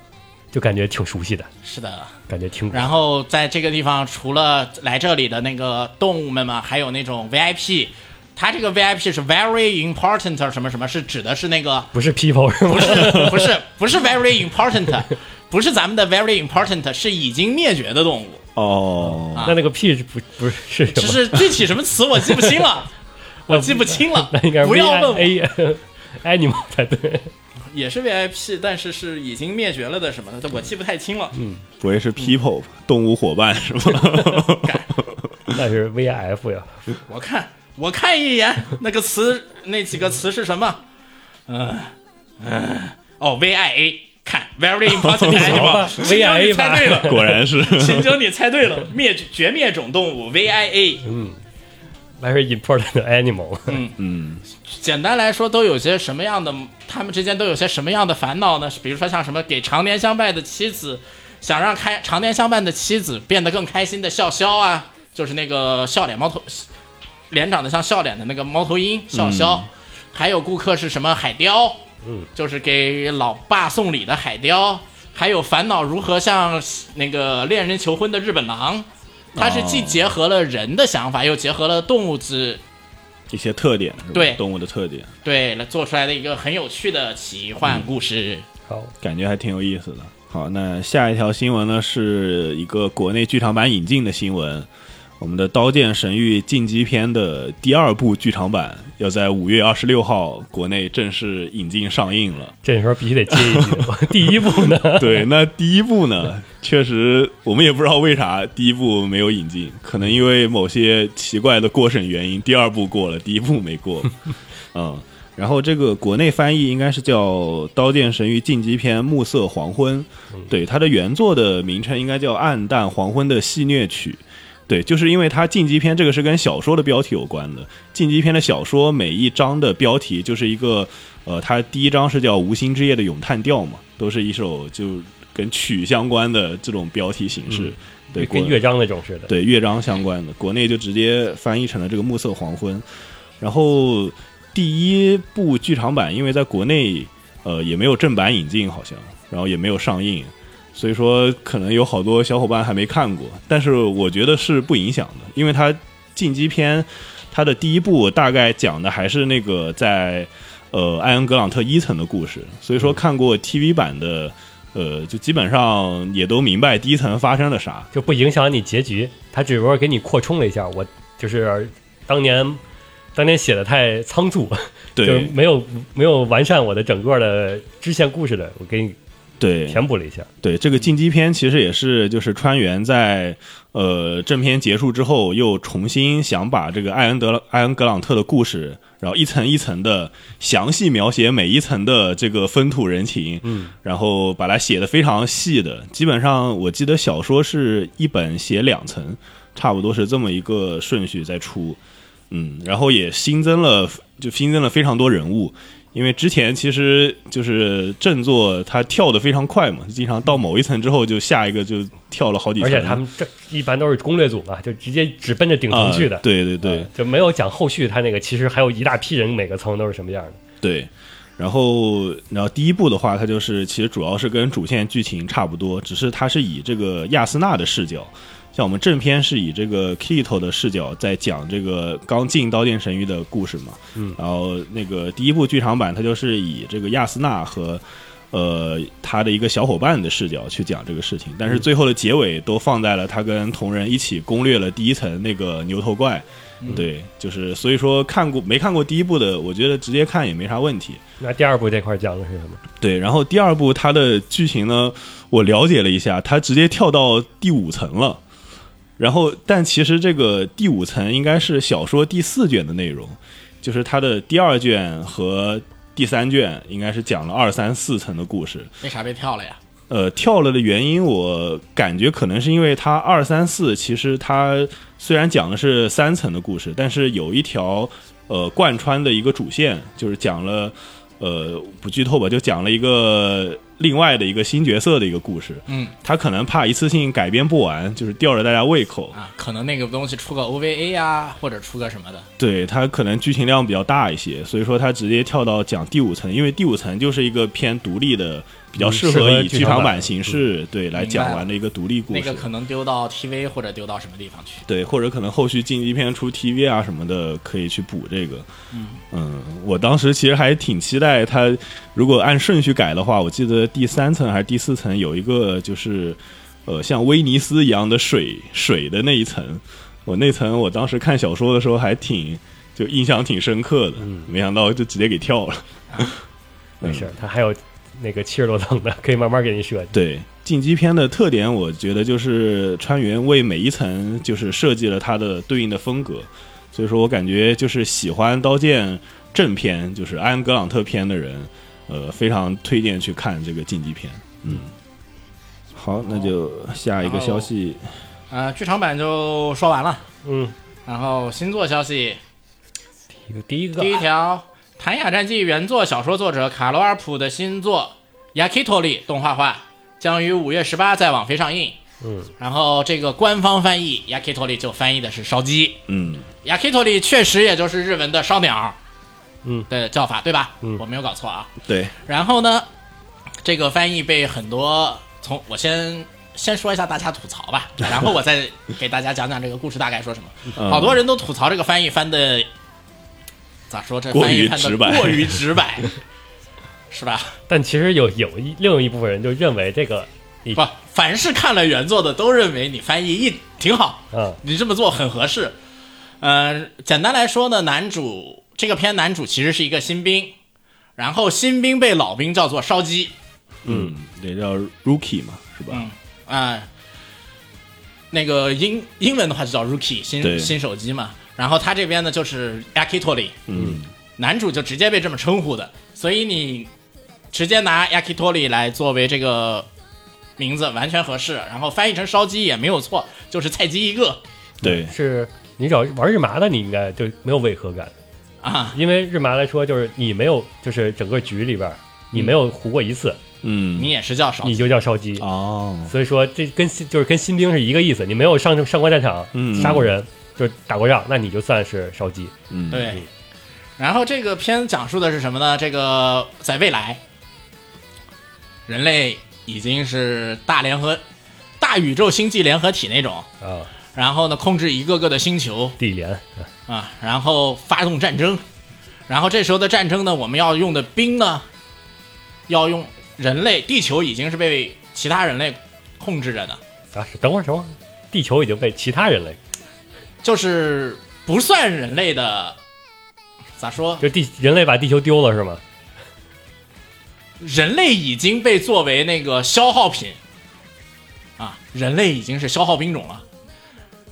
Speaker 1: 就感觉挺熟悉的，
Speaker 2: 是的。
Speaker 1: 感觉挺
Speaker 2: 然后在这个地方，除了来这里的那个动物们嘛，还有那种 VIP。它这个 VIP 是 very important 什么什么，是指的是那个
Speaker 1: 不是 people 是吗？
Speaker 2: 不是不是不是 very important，不是咱们的 very important，是已经灭绝的动物。
Speaker 3: 哦，
Speaker 1: 那那个 P 是不不是是
Speaker 2: 啊只
Speaker 1: 什么？
Speaker 2: 是具体什么词我记不清了，我记不清了
Speaker 1: 那应该。是
Speaker 2: 不要问我，
Speaker 1: A animal 才对。
Speaker 2: 也是 VIP，但是是已经灭绝了的什么的，我记不太清了。
Speaker 3: 不会是 people 吧动物伙伴是吧？
Speaker 1: 那是 VIF 呀，
Speaker 2: 我看我看一眼那个词，那几个词是什么？呃嗯、嗯，哦，VIA，看 very
Speaker 1: 好
Speaker 2: important animal，
Speaker 1: 吧
Speaker 2: 秦九你
Speaker 1: VIA 吧
Speaker 2: 猜对了，
Speaker 3: 果然是
Speaker 2: 秦九你猜对了，灭绝绝灭种动物 VIA，
Speaker 1: 那是 important animal。
Speaker 2: 嗯简单来说都有些什么样的？他们之间都有些什么样的烦恼呢？比如说像什么给常年相伴的妻子，想让开常年相伴的妻子变得更开心的笑笑啊，就是那个笑脸猫头，脸长得像笑脸的那个猫头鹰笑笑。还有顾客是什么海雕，嗯，就是给老爸送礼的海雕。还有烦恼如何向那个恋人求婚的日本狼，它是既
Speaker 3: 哦
Speaker 2: 结合了人的想法，又结合了动物之
Speaker 3: 一些特点，是吧
Speaker 2: 对
Speaker 3: 动物的特点，
Speaker 2: 对，来做出来的一个很有趣的奇幻故事。
Speaker 1: 好，
Speaker 3: 感觉还挺有意思的。好，那下一条新闻呢，是一个国内剧场版引进的新闻。我们的《刀剑神域》晋级篇的第二部剧场版要在五月二十六号国内正式引进上映了。
Speaker 1: 这时候必须得接一句，我第一部 呢，
Speaker 3: 对，那第一部呢，确实我们也不知道为啥第一部没有引进，可能因为某些奇怪的过审原因，第二部过了，第一部没过。嗯，然后这个国内翻译应该是叫《刀剑神域晋级篇：暮色黄昏》，对，它的原作的名称应该叫《暗淡黄昏的戏谑曲》。对，就是因为它晋级篇这个是跟小说的标题有关的。晋级篇的小说每一章的标题就是一个，呃，它第一章是叫《无心之夜的咏叹调》嘛，都是一首就跟曲相关的这种标题形式。对，国
Speaker 1: 跟乐章那种似的。
Speaker 3: 对乐章相关的，国内就直接翻译成了这个《暮色黄昏》。然后第一部剧场版，因为在国内呃也没有正版引进，好像，然后也没有上映，所以说可能有好多小伙伴还没看过。但是我觉得是不影响的，因为它进击篇它的第一部大概讲的还是那个在呃艾恩格朗特一层的故事，所以说看过 TV 版的。呃，就基本上也都明白第一层发生了啥，
Speaker 1: 就不影响你结局，他只不过给你扩充了一下。我就是当年当年写的太仓促，
Speaker 3: 对，
Speaker 1: 就是没有没有完善我的整个的支线故事的，我给你
Speaker 3: 对，
Speaker 1: 填补了一下。
Speaker 3: 对，这个进击篇其实也是就是川原在呃正片结束之后，又重新想把这个艾恩德艾恩格朗特的故事，然后一层一层的详细描写每一层的这个风土人情，
Speaker 1: 嗯，
Speaker 3: 然后把它写的非常细的，基本上我记得小说是一本写两层，差不多是这么一个顺序在出，嗯，然后也新增了就新增了非常多人物，因为之前其实就是振作他跳的非常快嘛，经常到某一层之后就下一个就跳了好几层，
Speaker 1: 而且他们这一般都是攻略组嘛，就直接只奔着顶层
Speaker 3: 啊
Speaker 1: 去的。嗯
Speaker 3: 对对对、
Speaker 1: 就没有讲后续他那个，其实还有一大批人，每个层都是什么样的。
Speaker 3: 对。然后，然后第一部的话，它就是其实主要是跟主线剧情差不多，只是它是以这个亚斯纳的视角，像我们正片是以这个 Kito 的视角在讲这个刚进刀剑神域的故事嘛。
Speaker 1: 嗯，
Speaker 3: 然后那个第一部剧场版，它就是以这个亚斯纳和呃他的一个小伙伴的视角去讲这个事情，
Speaker 1: 嗯
Speaker 3: 但是最后的结尾都放在了他跟同人一起攻略了第一层那个牛头怪。对，就是所以说看过没看过第一部的，我觉得直接看也没啥问题。
Speaker 1: 那第二部这块讲的是什么？
Speaker 3: 对，然后第二部它的剧情呢，我了解了一下，它直接跳到第五层了。然后，但其实这个第五层应该是小说第四卷的内容，就是它的第二卷和第三卷应该是讲了二三四层的故事。
Speaker 2: 为啥被跳了呀？
Speaker 3: 呃，跳了的原因，我感觉可能是因为它二三四，其实它虽然讲的是三层的故事，但是有一条呃贯穿的一个主线，就是讲了呃不剧透吧，就讲了一个另外的一个新角色的一个故事。
Speaker 2: 嗯，
Speaker 3: 他可能怕一次性改编不完，就是吊着大家胃口。
Speaker 2: 啊，可能那个东西出个 OVA 呀，或者出个什么的。
Speaker 3: 对它可能剧情量比较大一些，所以说它直接跳到讲第五层，因为第五层就是一个偏独立的，比较
Speaker 1: 嗯
Speaker 3: 适
Speaker 1: 适合
Speaker 3: 以
Speaker 1: 剧
Speaker 3: 剧
Speaker 1: 场
Speaker 3: 场
Speaker 1: 版
Speaker 3: 版形式、对来
Speaker 2: 明白
Speaker 3: 讲
Speaker 2: 了
Speaker 3: 完的一个独立故事。
Speaker 2: 那个可能丢到 TV 或者丢到什么地方去。
Speaker 3: 对，或者可能后续竞技片出 TV 啊什么的，可以去补这个。嗯，我当时其实还挺期待它，如果按顺序改的话，我记得第三层还是第四层有一个就是，呃，像威尼斯一样的水水的那一层，我那层我当时看小说的时候还挺就印象挺深刻的，没想到就直接给跳了。嗯
Speaker 1: 没事儿，它还有那个七十多层的，可以慢慢给你设计。
Speaker 3: 对，进击篇的特点，我觉得就是川原为每一层就是设计了它的对应的风格，所以说我感觉就是喜欢刀剑正片，就是安格朗特篇的人，呃，非常推荐去看这个进击篇。嗯，好，那就下一个消息，
Speaker 2: 呃，剧场版就说完了，
Speaker 1: 嗯，
Speaker 2: 然后新作消息
Speaker 1: 一个第一个
Speaker 2: 第一条，《谭雅战记》原作小说作者卡罗尔普的新作《Yakitori》动画化将于五月十八在网飞上映。
Speaker 1: 嗯，
Speaker 2: 然后这个官方翻译 Yakitori 就翻译的是烧鸡
Speaker 3: 嗯，
Speaker 2: ，Yakitori 确实也就是日文的烧鸟，
Speaker 1: 嗯
Speaker 2: 的叫法对吧？
Speaker 1: 嗯
Speaker 2: 我没有搞错啊。
Speaker 3: 对，
Speaker 2: 然后呢，这个翻译被很多从我先先说一下大家吐槽 吧，然后我再给大家讲讲这个故事大概说什么。
Speaker 3: 嗯
Speaker 2: 好多人都吐槽这个翻译翻的咋说？这
Speaker 3: 过
Speaker 2: 翻译
Speaker 3: 于
Speaker 2: 翻的
Speaker 3: 直白
Speaker 2: 过于直 白，是吧？
Speaker 1: 但其实有有一另一部分人就认为这个，
Speaker 2: 不，凡是看了原作的都认为你翻译一挺好，
Speaker 1: 嗯，
Speaker 2: 你这么做很合适。呃，简单来说呢，男主这个片男主其实是一个新兵，然后新兵被老兵叫做烧鸡，
Speaker 3: 嗯，这叫 Rookie 嘛，是吧？
Speaker 2: 嗯，哎，那个英英文的话就叫 Rookie
Speaker 3: 对
Speaker 2: 新新手机嘛，然后他这边呢就是 Yakitori，
Speaker 3: 嗯，
Speaker 2: 男主就直接被这么称呼的，所以你直接拿 Yakitori 来作为这个名字完全合适，然后翻译成烧鸡也没有错，就是菜鸡一个
Speaker 3: 对，
Speaker 1: 是你只要玩日麻的，你应该就没有违和感，
Speaker 2: 啊，
Speaker 1: 因为日麻来说就是你没有，就是整个局里边儿你没有胡过一次，
Speaker 3: 嗯，
Speaker 2: 你也是叫烧
Speaker 1: 你
Speaker 2: 鸡，
Speaker 1: 就叫烧鸡。
Speaker 3: 哦，
Speaker 1: 所以说这跟新就是跟新兵是一个意思，你没有上上过战场，
Speaker 3: 嗯
Speaker 1: 杀过人，就是打过仗，那你就算是烧鸡。
Speaker 3: 嗯，
Speaker 2: 对。然后这个片讲述的是什么呢？这个在未来，人类已经是大联合、大宇宙星际联合体那种，
Speaker 1: 啊，
Speaker 2: 然后呢，控制一个个的星球
Speaker 1: 地联，啊
Speaker 2: 啊，然后发动战争。然后这时候的战争呢，我们要用的兵呢，要用人类，地球已经是被其他人类控制着的，
Speaker 1: 啊，是等会儿等会儿，地球已经被其他人类，
Speaker 2: 就是不算人类的，咋说？
Speaker 1: 就地人类把地球丢了是吗？
Speaker 2: 人类已经被作为那个消耗品啊，人类已经是消耗兵种了。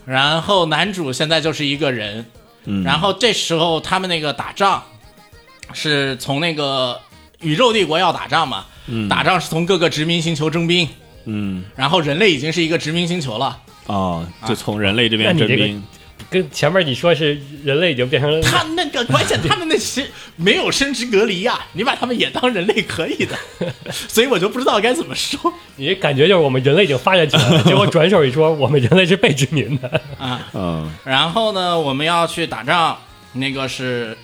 Speaker 2: 然后男主现在就是一个人，
Speaker 3: 嗯，
Speaker 2: 然后这时候他们那个打仗是从那个宇宙帝国要打仗嘛，
Speaker 3: 嗯
Speaker 2: 打仗是从各个殖民星球征兵，
Speaker 3: 嗯，
Speaker 2: 然后人类已经是一个殖民星球 了。
Speaker 3: 哦，就从人类这边
Speaker 1: 那
Speaker 3: 征
Speaker 1: 你这个
Speaker 3: 兵，
Speaker 1: 跟前面你说是人类已经变成
Speaker 2: 他那个关 键，他们那是没有生殖隔离呀、你把他们也当人类可以的，所以我就不知道该怎么说
Speaker 1: 你感觉就是我们人类已经发展起来 了，结果转手一说，我们人类是被殖民的。
Speaker 2: 啊。
Speaker 3: 嗯
Speaker 2: 然后呢，我们要去打仗，那个是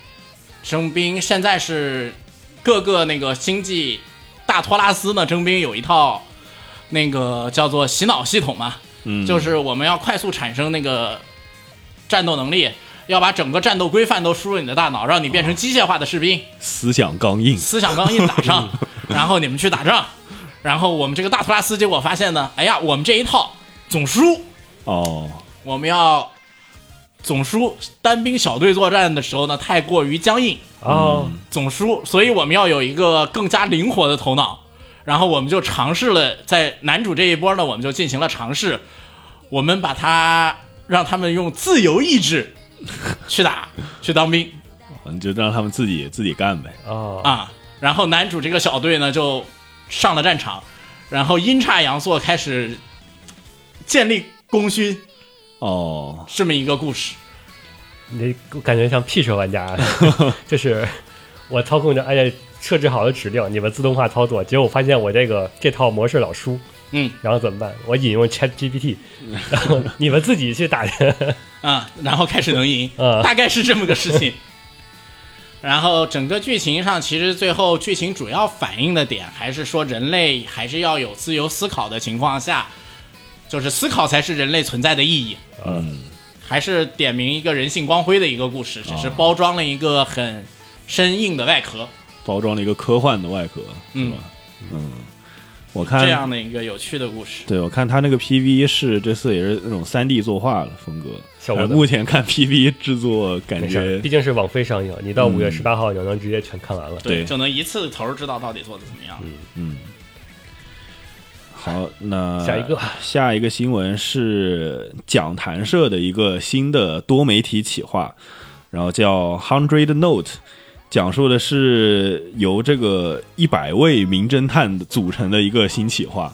Speaker 2: 征兵。现在是各个那个星际大托拉斯呢，征兵有一套那个叫做洗脑系统嘛，
Speaker 3: 嗯，
Speaker 2: 就是我们要快速产生那个战斗能力，要把整个战斗规范都输入你的大脑，让你变成机械化的士兵，
Speaker 3: 思想刚硬，
Speaker 2: 思想刚硬打仗，然后你们去打仗。然后我们这个大托拉斯结果发现呢，哎呀，我们这一套总输，
Speaker 3: 哦，
Speaker 2: 我们要总输单兵小队作战的时候呢，太过于僵硬，
Speaker 1: 哦，
Speaker 2: 总输，所以我们要有一个更加灵活的头脑。然后我们就尝试了，在男主这一波呢，我们就进行了尝试，我们把他让他们用自由意志去打，去当兵。
Speaker 3: 嗯，就让他们自己自己干呗。
Speaker 1: 哦，
Speaker 2: 啊。然后男主这个小队呢就上了战场，然后阴差阳错开始建立功勋
Speaker 3: 哦，
Speaker 2: 这么一个故事。
Speaker 1: 你这感觉像 P 社玩 家，啊就是我操控着按照设置好的指令，你们自动化操作，结果我发现我这个这套模式老输，
Speaker 2: 嗯
Speaker 1: 然后怎么办？我引用 Chat GPT，然后你们自己去打人，
Speaker 2: 啊，然后开始能赢，
Speaker 1: 嗯
Speaker 2: 大概是这么个事情。 然后整个剧情上，其实最后剧情主要反映的点还是说，人类还是要有自由思考的情况下，就是思考才是人类存在的意义，
Speaker 3: 嗯，
Speaker 2: 还是点明一个人性光辉的一个故事，
Speaker 3: 哦
Speaker 2: 只是包装了一个很生硬的外壳，
Speaker 3: 包装了一个科幻的外壳，是
Speaker 2: 嗯
Speaker 3: 吧？嗯，我看
Speaker 2: 这样的一个有趣的故事。
Speaker 3: 对，我看他那个 PV 是这次也是那种三 D 作画的风格。
Speaker 1: 效果
Speaker 3: 哎
Speaker 1: 怎么
Speaker 3: 目前看 PV 制作感
Speaker 1: 没事儿，
Speaker 3: 觉
Speaker 1: 毕竟是网飞上映，你到五月
Speaker 3: 嗯
Speaker 1: 十八号就能直接全看完了。
Speaker 3: 对嗯
Speaker 2: 就能一次头儿知道到底做的怎么样。
Speaker 3: 好。那
Speaker 1: 下一个
Speaker 3: 下一个新闻是讲坛社的一个新的多媒体企划，然后叫 Hundred Note，讲述的是由这个一百位名侦探组成的一个新企划。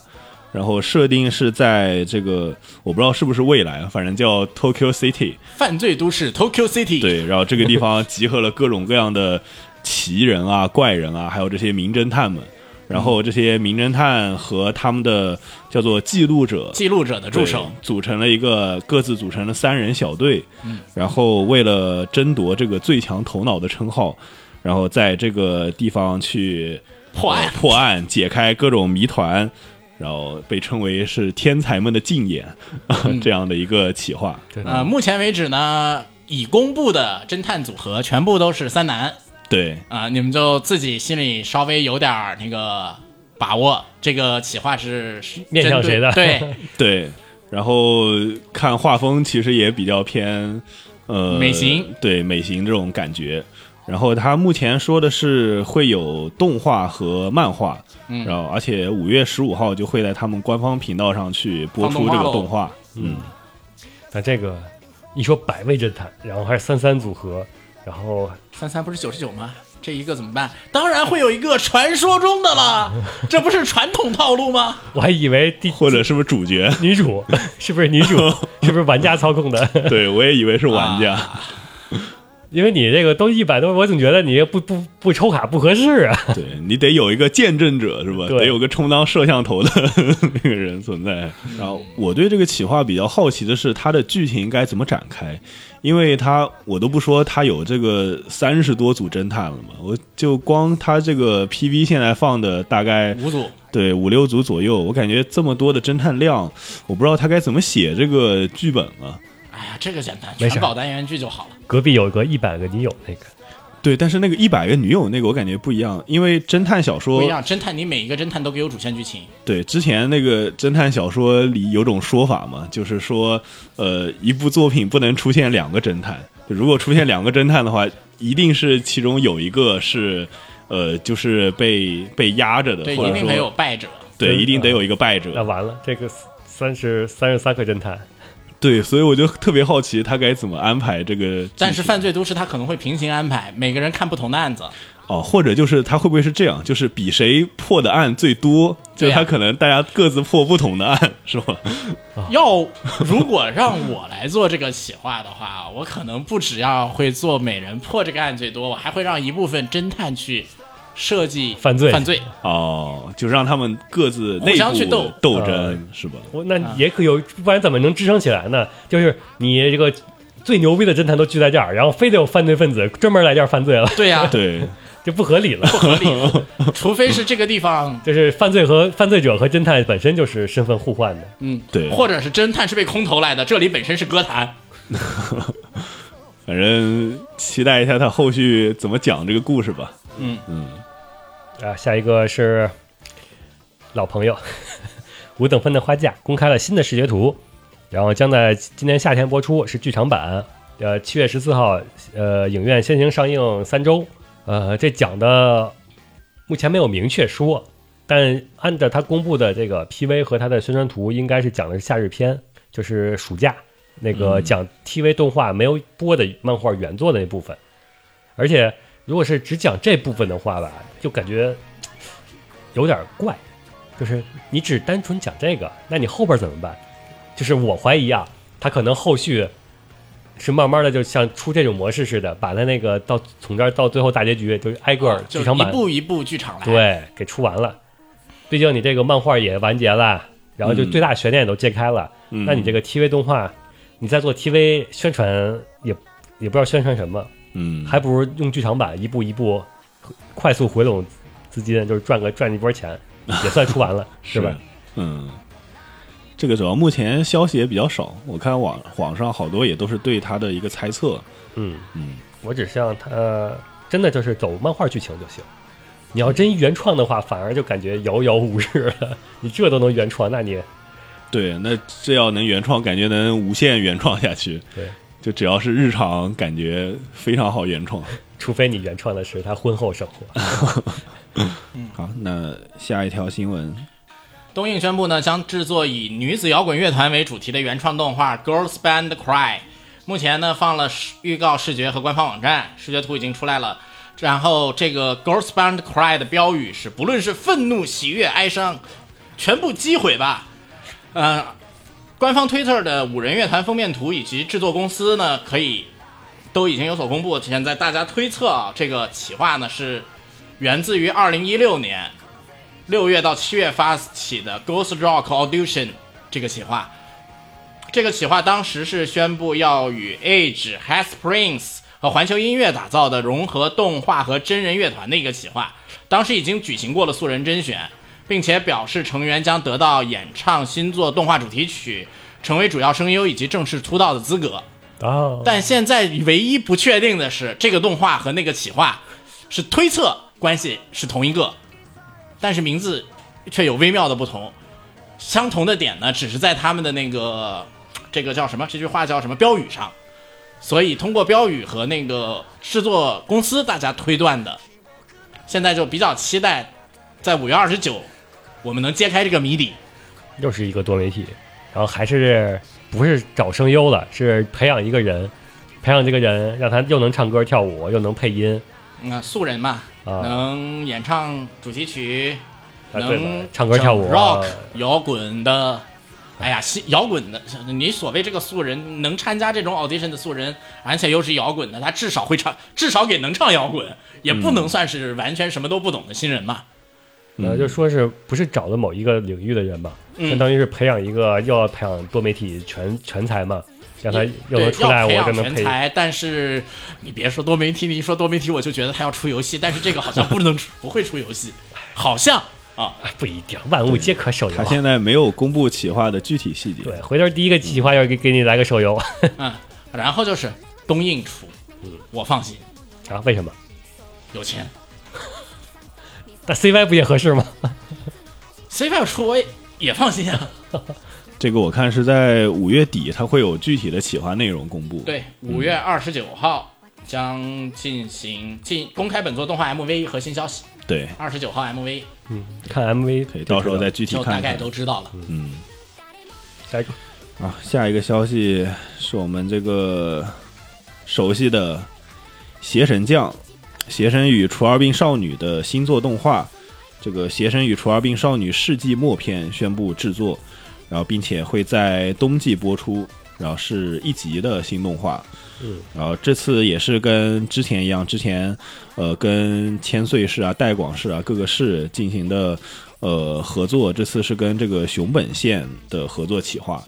Speaker 3: 然后设定是在这个，我不知道是不是未来，反正叫 Tokyo City。
Speaker 2: 犯罪都市 Tokyo City，
Speaker 3: 对，然后这个地方集合了各种各样的奇人啊、怪人啊，还有这些名侦探们。然后这些名侦探和他们的叫做记录者
Speaker 2: 记录者的助手
Speaker 3: 对，组成了一个各自组成了三人小队，然后为了争夺这个最强头脑的称号，然后在这个地方去
Speaker 2: 破案
Speaker 3: 呃破案，解开各种谜团，然后被称为是天才们的竞演、 这样的一个企划。
Speaker 1: 对
Speaker 2: 呃，目前为止呢，已公布的侦探组合全部都是三男
Speaker 3: 对，
Speaker 2: 啊、你们就自己心里稍微有点儿那个把握，这个企划是是
Speaker 1: 面向
Speaker 2: 针对
Speaker 1: 谁的
Speaker 2: 对，
Speaker 3: 对，然后看画风其实也比较偏呃
Speaker 2: 美型，
Speaker 3: 对美型这种感觉。然后他目前说的是会有动画和漫画，嗯、然后而且五月十五号就会在他们官方频道上去播
Speaker 2: 放动
Speaker 3: 出这
Speaker 2: 画
Speaker 3: 个
Speaker 2: 喽
Speaker 3: 动画。嗯，
Speaker 1: 那这个一说百位侦探，然后还是三三组合，然后
Speaker 2: 三三不是九十九吗？这一个怎么办？当然会有一个传说中的了，这不是传统套路吗？
Speaker 1: 我还以为第
Speaker 3: 或者是不是主角？
Speaker 1: 女主 是不是女主是不是玩家操控的？
Speaker 3: 对我也以为是玩家。
Speaker 2: 啊
Speaker 1: 因为你这个都一百多，我总觉得你不不不抽卡不合适啊。
Speaker 3: 对你得有一个见证者是吧？
Speaker 1: 对
Speaker 3: 得有个充当摄像头的那个人存在。然后我对这个企划比较好奇的是，它的剧情该怎么展开？因为它我都不说它有这个三十多组侦探了嘛，我就光它这个 PV 现在放的大概
Speaker 2: 五组
Speaker 3: 对五六组左右，我感觉这么多的侦探量，我不知道它该怎么写这个剧本啊。
Speaker 2: 哎呀，这个简单，
Speaker 1: 没
Speaker 2: 全
Speaker 1: 事
Speaker 2: 搞单元剧就好了。
Speaker 1: 隔壁有个一百个女友那个，
Speaker 3: 对，但是那个一百个女友那个我感觉不一样，因为侦探小说
Speaker 2: 不一样，侦探你每一个侦探都给有主线剧情，
Speaker 3: 对，之前那个侦探小说里有种说法嘛，就是说，呃，一部作品不能出现两个侦探，就如果出现两个侦探的话，一定是其中有一个是，呃，就是被被压着的，
Speaker 2: 对，
Speaker 3: 或
Speaker 2: 一
Speaker 3: 者
Speaker 2: 定得有
Speaker 3: 说，
Speaker 2: 败者。
Speaker 3: 对，一定得有一个败者。
Speaker 1: 那完了，这个三十三十三个侦探，
Speaker 3: 对，所以我就特别好奇他该怎么安排这个剧情。
Speaker 2: 但是犯罪都市它可能会平行安排，每个人看不同的案子。
Speaker 3: 哦，或者就是他会不会是这样，就是比谁破的案最多，就
Speaker 2: 对呀
Speaker 3: 他可能大家各自破不同的案，是吧？
Speaker 2: 要如果让我来做这个企划的话，我可能不只要会做每人破这个案最多，我还会让一部分侦探去设计
Speaker 1: 犯罪
Speaker 2: 犯罪。
Speaker 3: 哦，就让他们各自内
Speaker 2: 互相
Speaker 3: 部
Speaker 2: 去斗
Speaker 3: 斗争，
Speaker 1: 呃
Speaker 3: 是吧？
Speaker 1: 我那也可有，不然怎么能支撑起来呢？就是你这个最牛逼的侦探都聚在这儿，然后非得有犯罪分子专门来这儿犯罪了，
Speaker 2: 对呀、
Speaker 3: 对，
Speaker 1: 就不合理了。
Speaker 2: 合理，除非是这个地方，
Speaker 1: 就是犯罪和犯罪者和侦探本身就是身份互换的，
Speaker 2: 嗯，
Speaker 3: 对
Speaker 2: 或者是侦探是被空投来的，这里本身是歌坛，
Speaker 3: 反正期待一下他后续怎么讲这个故事吧。
Speaker 1: 啊，下一个是老朋友五等分的花嫁公开了新的视觉图，然后将在今年夏天播出，是剧场版。呃，七月十四号，呃，影院先行上映三周。呃，这讲的目前没有明确说，但按照他公布的这个 PV 和他的宣传图，应该是讲的是夏日片，就是
Speaker 2: 嗯
Speaker 1: 暑假那个讲 TV 动画没有播的漫画原作的那部分。而且如果是只讲这部分的话吧，就感觉有点怪，就是你只单纯讲这个，那你后边怎么办？就是我怀疑啊，他可能后续是慢慢的，就像出这种模式似的，把他那个到从这儿到最后大结局，就是挨个儿
Speaker 2: 啊
Speaker 1: 剧
Speaker 2: 就是
Speaker 1: 场
Speaker 2: 一
Speaker 1: 版
Speaker 2: 步一步剧
Speaker 3: 哎
Speaker 2: 场来。，
Speaker 1: 对，给出完了。毕竟你这个漫画也完结了，然后就
Speaker 3: 嗯
Speaker 1: 最大悬念也都揭开了。
Speaker 3: 嗯
Speaker 1: 那你这个 TV 动画，你在做 TV 宣传也也不知道宣传什么，
Speaker 3: 嗯
Speaker 1: 还不如用剧场版一步一步快速回笼资金，就是赚个赚一波 钱，也算出完了，是吧？？
Speaker 3: 嗯，这个主要目前消息也比较少，我看网网上好多也都是对他的一个猜测。
Speaker 1: 嗯，
Speaker 3: 嗯，
Speaker 1: 我只希望他真的就是走漫画剧情就行。你要真原创的话，反而就感觉遥遥无日了。你这都能原创，那你
Speaker 3: 对，那这要能原创，感觉能无限原创下去。
Speaker 1: 对，
Speaker 3: 就只要是日常，感觉非常好原创。
Speaker 1: 除非你原创的是他婚后生活。 嗯
Speaker 3: 好，那下一条新闻，
Speaker 2: 东映宣布呢，将制作以女子摇滚乐团为主题的原创动画《Girls Band Cry》。目前呢，放了视预告、视觉和官方网站，视觉图已经出来了。然后这个《Girls Band Cry》的标语是：不论是愤怒、喜悦、哀伤，全部击毁吧。呃，官方推特的五人乐团封面图以及制作公司呢，可以都已经有所公布。现在大家推测啊，这个企划呢是源自于2016年六月到七月发起的 Ghost Rock Audition 这个企划。这个企划当时是宣布要与 Age、Hot Springs 和环球音乐打造的融合动画和真人乐团的一个企划。当时已经举行过了素人甄选，并且表示成员将得到演唱新作动画主题曲、成为主要声优以及正式出道的资格。
Speaker 1: 哦，
Speaker 2: 但现在唯一不确定的是，这个动画和那个企划是推测关系是同一个，但是名字却有微妙的不同。相同的点呢，只是在他们的那个这个叫什么？这句话叫什么标语上。所以通过标语和那个制作公司大家推断的，现在就比较期待在五月二十九我们能揭开这个谜底。
Speaker 1: 又是一个多媒体，然后还是不是找声优了，是培养一个人，培养这个人，让他又能唱歌跳舞，又能配音
Speaker 2: 嗯、素人嘛，
Speaker 1: 啊
Speaker 2: 能演唱主题曲，
Speaker 1: 啊对吧
Speaker 2: 能
Speaker 1: 唱歌跳舞
Speaker 2: 整 rock
Speaker 1: 啊
Speaker 2: 摇滚的，哎呀，新摇滚的，你所谓这个素人能参加这种 audition 的素人，而且又是摇滚的，他至少会唱，至少也能唱摇滚，也
Speaker 1: 嗯
Speaker 2: 不能算是完全什么都不懂的新人嘛。
Speaker 1: 呃，就说是不是找的某一个领域的人嘛，相当于是培养一个又要培养多媒体全全才嘛，让他又
Speaker 2: 对，
Speaker 1: 能出来，
Speaker 2: 要培
Speaker 1: 我
Speaker 2: 养
Speaker 1: 就能
Speaker 2: 全
Speaker 1: 配。
Speaker 2: 才，但是你别说多媒体，你一说多媒体，我就觉得他要出游戏，但是这个好像不能出，不会出游戏，好像啊，
Speaker 1: 哎不一定，万物皆可手游
Speaker 3: 他。现在没有公布企划的具体细节。
Speaker 1: 对，回头第一个计划要给给你来个手游
Speaker 2: 嗯，然后就是东映出，
Speaker 3: 嗯
Speaker 2: 我放心，
Speaker 1: 啊？为什么？
Speaker 2: 有钱。
Speaker 1: 那 CY 不也合适吗？
Speaker 2: C Five 出我也也放心 啊。
Speaker 3: 这个我看是在五月底，它会有具体的企划内容公布。，
Speaker 2: 对，五月二十九号将进行进公开本作动画 MV 和新消息，
Speaker 3: 对，
Speaker 2: 二十九号 MV
Speaker 1: 嗯，看 MV
Speaker 3: 可
Speaker 1: 就
Speaker 3: 以
Speaker 1: 知道
Speaker 3: 到时候再具体
Speaker 2: 就大
Speaker 3: 看
Speaker 2: 概
Speaker 3: 看。
Speaker 2: 都知道了。
Speaker 3: 嗯，
Speaker 1: 下一个
Speaker 3: 啊，下一个消息是我们这个熟悉的《邪神将》《邪神与除二病少女》的新作动画，这个《邪神与除二病少女世纪末篇》宣布制作，然后并且会在冬季播出，然后是一集的新动画。
Speaker 1: 嗯，
Speaker 3: 然后呃这次也是跟之前一样，之前呃跟千岁市啊、代广市啊各个市进行的呃合作，这次是跟这个熊本县的合作企划。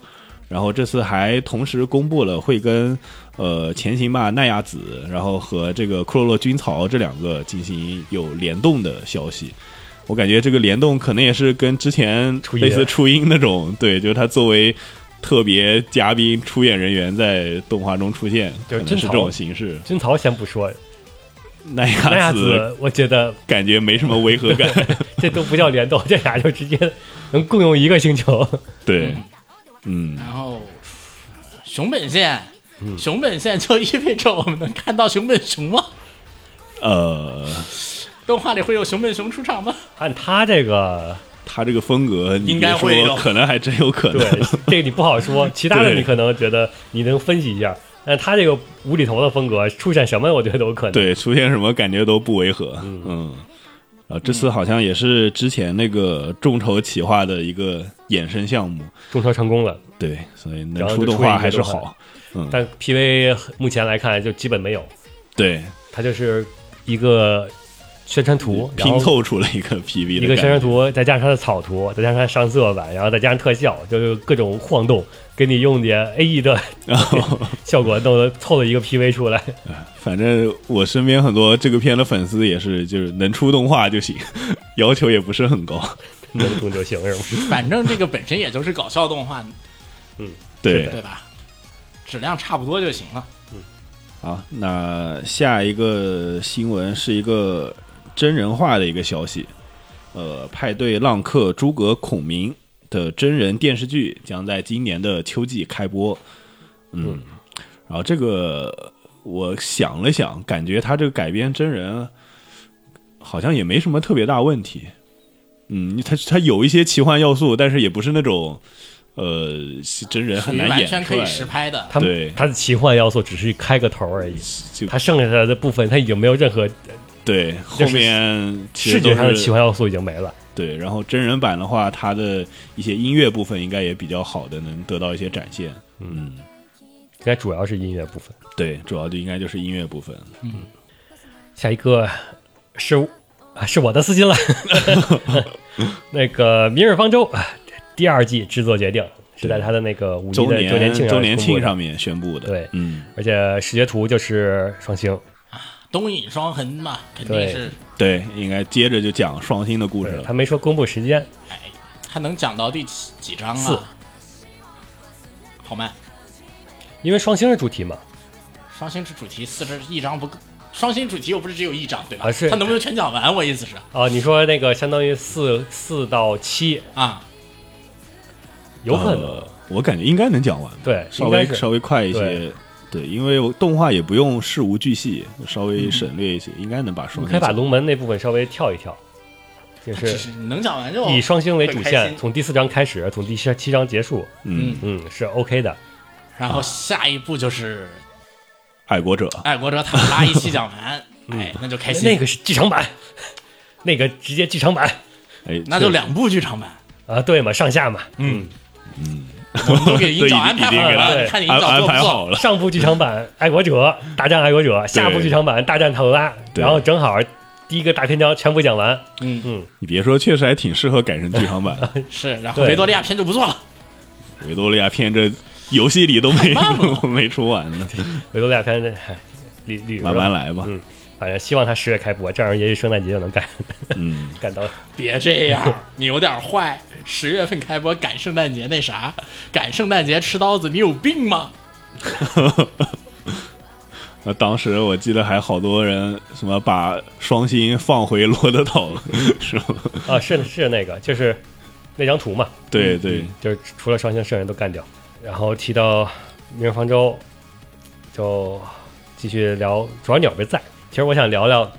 Speaker 3: 然后这次还同时公布了会跟呃前行吧奈亚子，然后和这个库洛洛军曹这两个进行有联动的消息。我感觉这个联动可能也是跟之前
Speaker 1: 初音
Speaker 3: 类似初音那种，对，就是他作为特别嘉宾出演人员在动画中出现，
Speaker 1: 就是
Speaker 3: 可能
Speaker 1: 军
Speaker 3: 是
Speaker 1: 曹
Speaker 3: 这种形式。
Speaker 1: 军曹先不说，
Speaker 3: 奈
Speaker 1: 那
Speaker 3: 亚
Speaker 1: 亚
Speaker 3: 子
Speaker 1: 子我觉得
Speaker 3: 感觉没什么违和感，
Speaker 1: 这都不叫联动，这俩就直接能共用一个星球。
Speaker 3: 对，嗯，
Speaker 2: 然后熊本县，熊本县就意味着我们能看到熊本熊 吗？
Speaker 3: 呃，
Speaker 2: 动画里会有熊本熊出场 吗？
Speaker 1: 按他这个，
Speaker 3: 他这个风格你
Speaker 2: 应该
Speaker 3: 别说
Speaker 2: 会有
Speaker 3: 可能还真有可能
Speaker 1: 对。，这个你不好说。其他的你可能觉得你能分析一下，但他这个无厘头的风格，出现什么我觉得都有可能。
Speaker 3: 对，出现什么感觉都不违和，嗯。然后这次好像也是之前那个众筹企划的一个衍生项目，
Speaker 1: 众筹成功了，
Speaker 3: 对，所以能
Speaker 1: 然后就
Speaker 3: 出动
Speaker 1: 出一
Speaker 3: 画
Speaker 1: 个
Speaker 3: 还是
Speaker 1: 动画
Speaker 3: 好，嗯，
Speaker 1: 但 PV 目前来看就基本没有，
Speaker 3: 对，
Speaker 1: 它就是一个宣传图，哦然
Speaker 3: 拼
Speaker 1: 后
Speaker 3: 凑出了一个 PV
Speaker 1: 一
Speaker 3: 的
Speaker 1: 个
Speaker 3: 感
Speaker 1: 宣传
Speaker 3: 觉。
Speaker 1: 图，再加上它的草图，再加上它上色版，然后再加上特效，就是各种晃动，给你用点 AE 的
Speaker 3: 然后，
Speaker 1: 效果弄了凑了一个 PV 出来。
Speaker 3: 反正我身边很多这个片的粉丝也是，就是能出动画就行， 要求也不是很高。
Speaker 1: 能动就行是吗？
Speaker 2: 反正这个本身也就是搞笑动画，
Speaker 3: 对，
Speaker 2: 对吧？质量差不多就行了。
Speaker 3: 好，那下一个新闻是一个真人化的一个消息，呃，派对浪客诸葛孔明的真人电视剧将在今年的秋季开播。嗯，然后这个我想了想，感觉他这个改编真人好像也没什么特别大问题。嗯，他他有一些奇幻要素，但是也不是那种，呃，真人很
Speaker 2: 属于
Speaker 3: 难
Speaker 2: 完
Speaker 3: 演
Speaker 2: 全可
Speaker 3: 出
Speaker 2: 以
Speaker 3: 来
Speaker 2: 实
Speaker 3: 的，
Speaker 2: 拍的，
Speaker 1: 他
Speaker 3: 对
Speaker 1: 们他的奇幻要素只是开个头而已，
Speaker 3: 就
Speaker 1: 他剩下的部分他已经没有任何
Speaker 3: 对，后面其实
Speaker 1: 视
Speaker 3: 都
Speaker 1: 觉上的
Speaker 3: 是
Speaker 1: 奇幻要素已经没了。
Speaker 3: 对，然后真人版的话，它的一些音乐部分应该也比较好的，能得到一些展现。嗯，
Speaker 1: 应该主要是音乐部分。
Speaker 3: 对，主要就应该就是音乐部分。
Speaker 1: 下一个是啊是我的私心 了，那个《明日方舟》啊第二季制作决定是在他的那个五一
Speaker 3: 周
Speaker 1: 的周年庆
Speaker 3: 年周年庆
Speaker 1: 公布的，
Speaker 3: 上面宣布的。
Speaker 1: 对
Speaker 3: 嗯，
Speaker 1: 而且视觉图就是双星，
Speaker 2: 东影双横嘛，肯定
Speaker 1: 对
Speaker 2: 是，
Speaker 3: 对，应该接着就讲双星的故事
Speaker 1: 对
Speaker 3: 了。
Speaker 1: 他没说公布时间，
Speaker 2: 哎，他能讲到第几几章
Speaker 1: 四
Speaker 2: 啊？好慢，
Speaker 1: 因为双星是主题嘛，
Speaker 2: 双星主题四十一章不够，双星主题又不是只有一章对吧？
Speaker 1: 啊是
Speaker 2: 他能不能全讲完？我意思是
Speaker 1: 啊，你说那个相当于四四到七，
Speaker 2: 啊，
Speaker 1: 有可能、
Speaker 3: 呃我感觉应该能讲完吧，
Speaker 1: 对，
Speaker 3: 稍
Speaker 1: 应该
Speaker 3: 微
Speaker 1: 是
Speaker 3: 稍微快一些
Speaker 1: 对。
Speaker 3: 对，因为我动画也不用事无巨细，稍微省略一些，应该能把双
Speaker 1: 可以
Speaker 3: 星
Speaker 1: 把
Speaker 3: 讲。
Speaker 1: 龙门那部分稍微跳一跳，就
Speaker 2: 就是是能讲完就
Speaker 1: 以双星为主
Speaker 2: 啊很开心
Speaker 1: 线，从第四章开始，从第七七章结束，
Speaker 3: 嗯，
Speaker 1: 嗯，是 OK 的。
Speaker 2: 然后下一步就是
Speaker 3: 爱国者，
Speaker 2: 爱国者塔拉一期讲完，哎，那就开心。
Speaker 1: 那个是剧场版，那个直接剧场版
Speaker 3: 哎，
Speaker 2: 那就两部剧场版，
Speaker 1: 啊，对嘛，上下嘛，
Speaker 2: 嗯我们都给营
Speaker 3: 对
Speaker 2: 长
Speaker 3: 已
Speaker 2: 安排
Speaker 3: 已经
Speaker 2: 好
Speaker 3: 给
Speaker 1: 他
Speaker 2: 了，你看你营
Speaker 3: 安
Speaker 2: 长
Speaker 3: 安
Speaker 2: 做不
Speaker 3: 排
Speaker 2: 做？
Speaker 3: 好了。
Speaker 1: 上部剧场版爱国者大战爱国者，下部剧场版大战塔罗拉，
Speaker 3: 对
Speaker 1: 然后正好第一个大篇章全部讲完，
Speaker 2: 嗯，
Speaker 3: 你别说，确实还挺适合改成剧场版的。
Speaker 2: 是。然后
Speaker 1: 对
Speaker 2: 维多利亚篇就不做了，
Speaker 3: 维多利亚片这游戏里都 没
Speaker 2: 慢
Speaker 3: 没出完呢，
Speaker 1: 维多利亚篇的，哎捋捋
Speaker 3: 慢慢，来吧。
Speaker 1: 嗯反正希望他十月开播，这样也许圣诞节就能赶
Speaker 3: 嗯，
Speaker 1: 赶到。
Speaker 2: 别这样，你有点坏。十月份开播赶圣诞节那啥，赶圣诞节吃刀子，你有病吗？
Speaker 3: 那当时我记得还好多人什么把双星放回罗德岛 了，是吧？
Speaker 1: 啊，是是那个，就是那张图嘛，
Speaker 3: 对对，
Speaker 1: 就是除了双星，剩下都干掉。然后提到明日方舟，就继续聊，主要鸟没在。其实我想聊聊，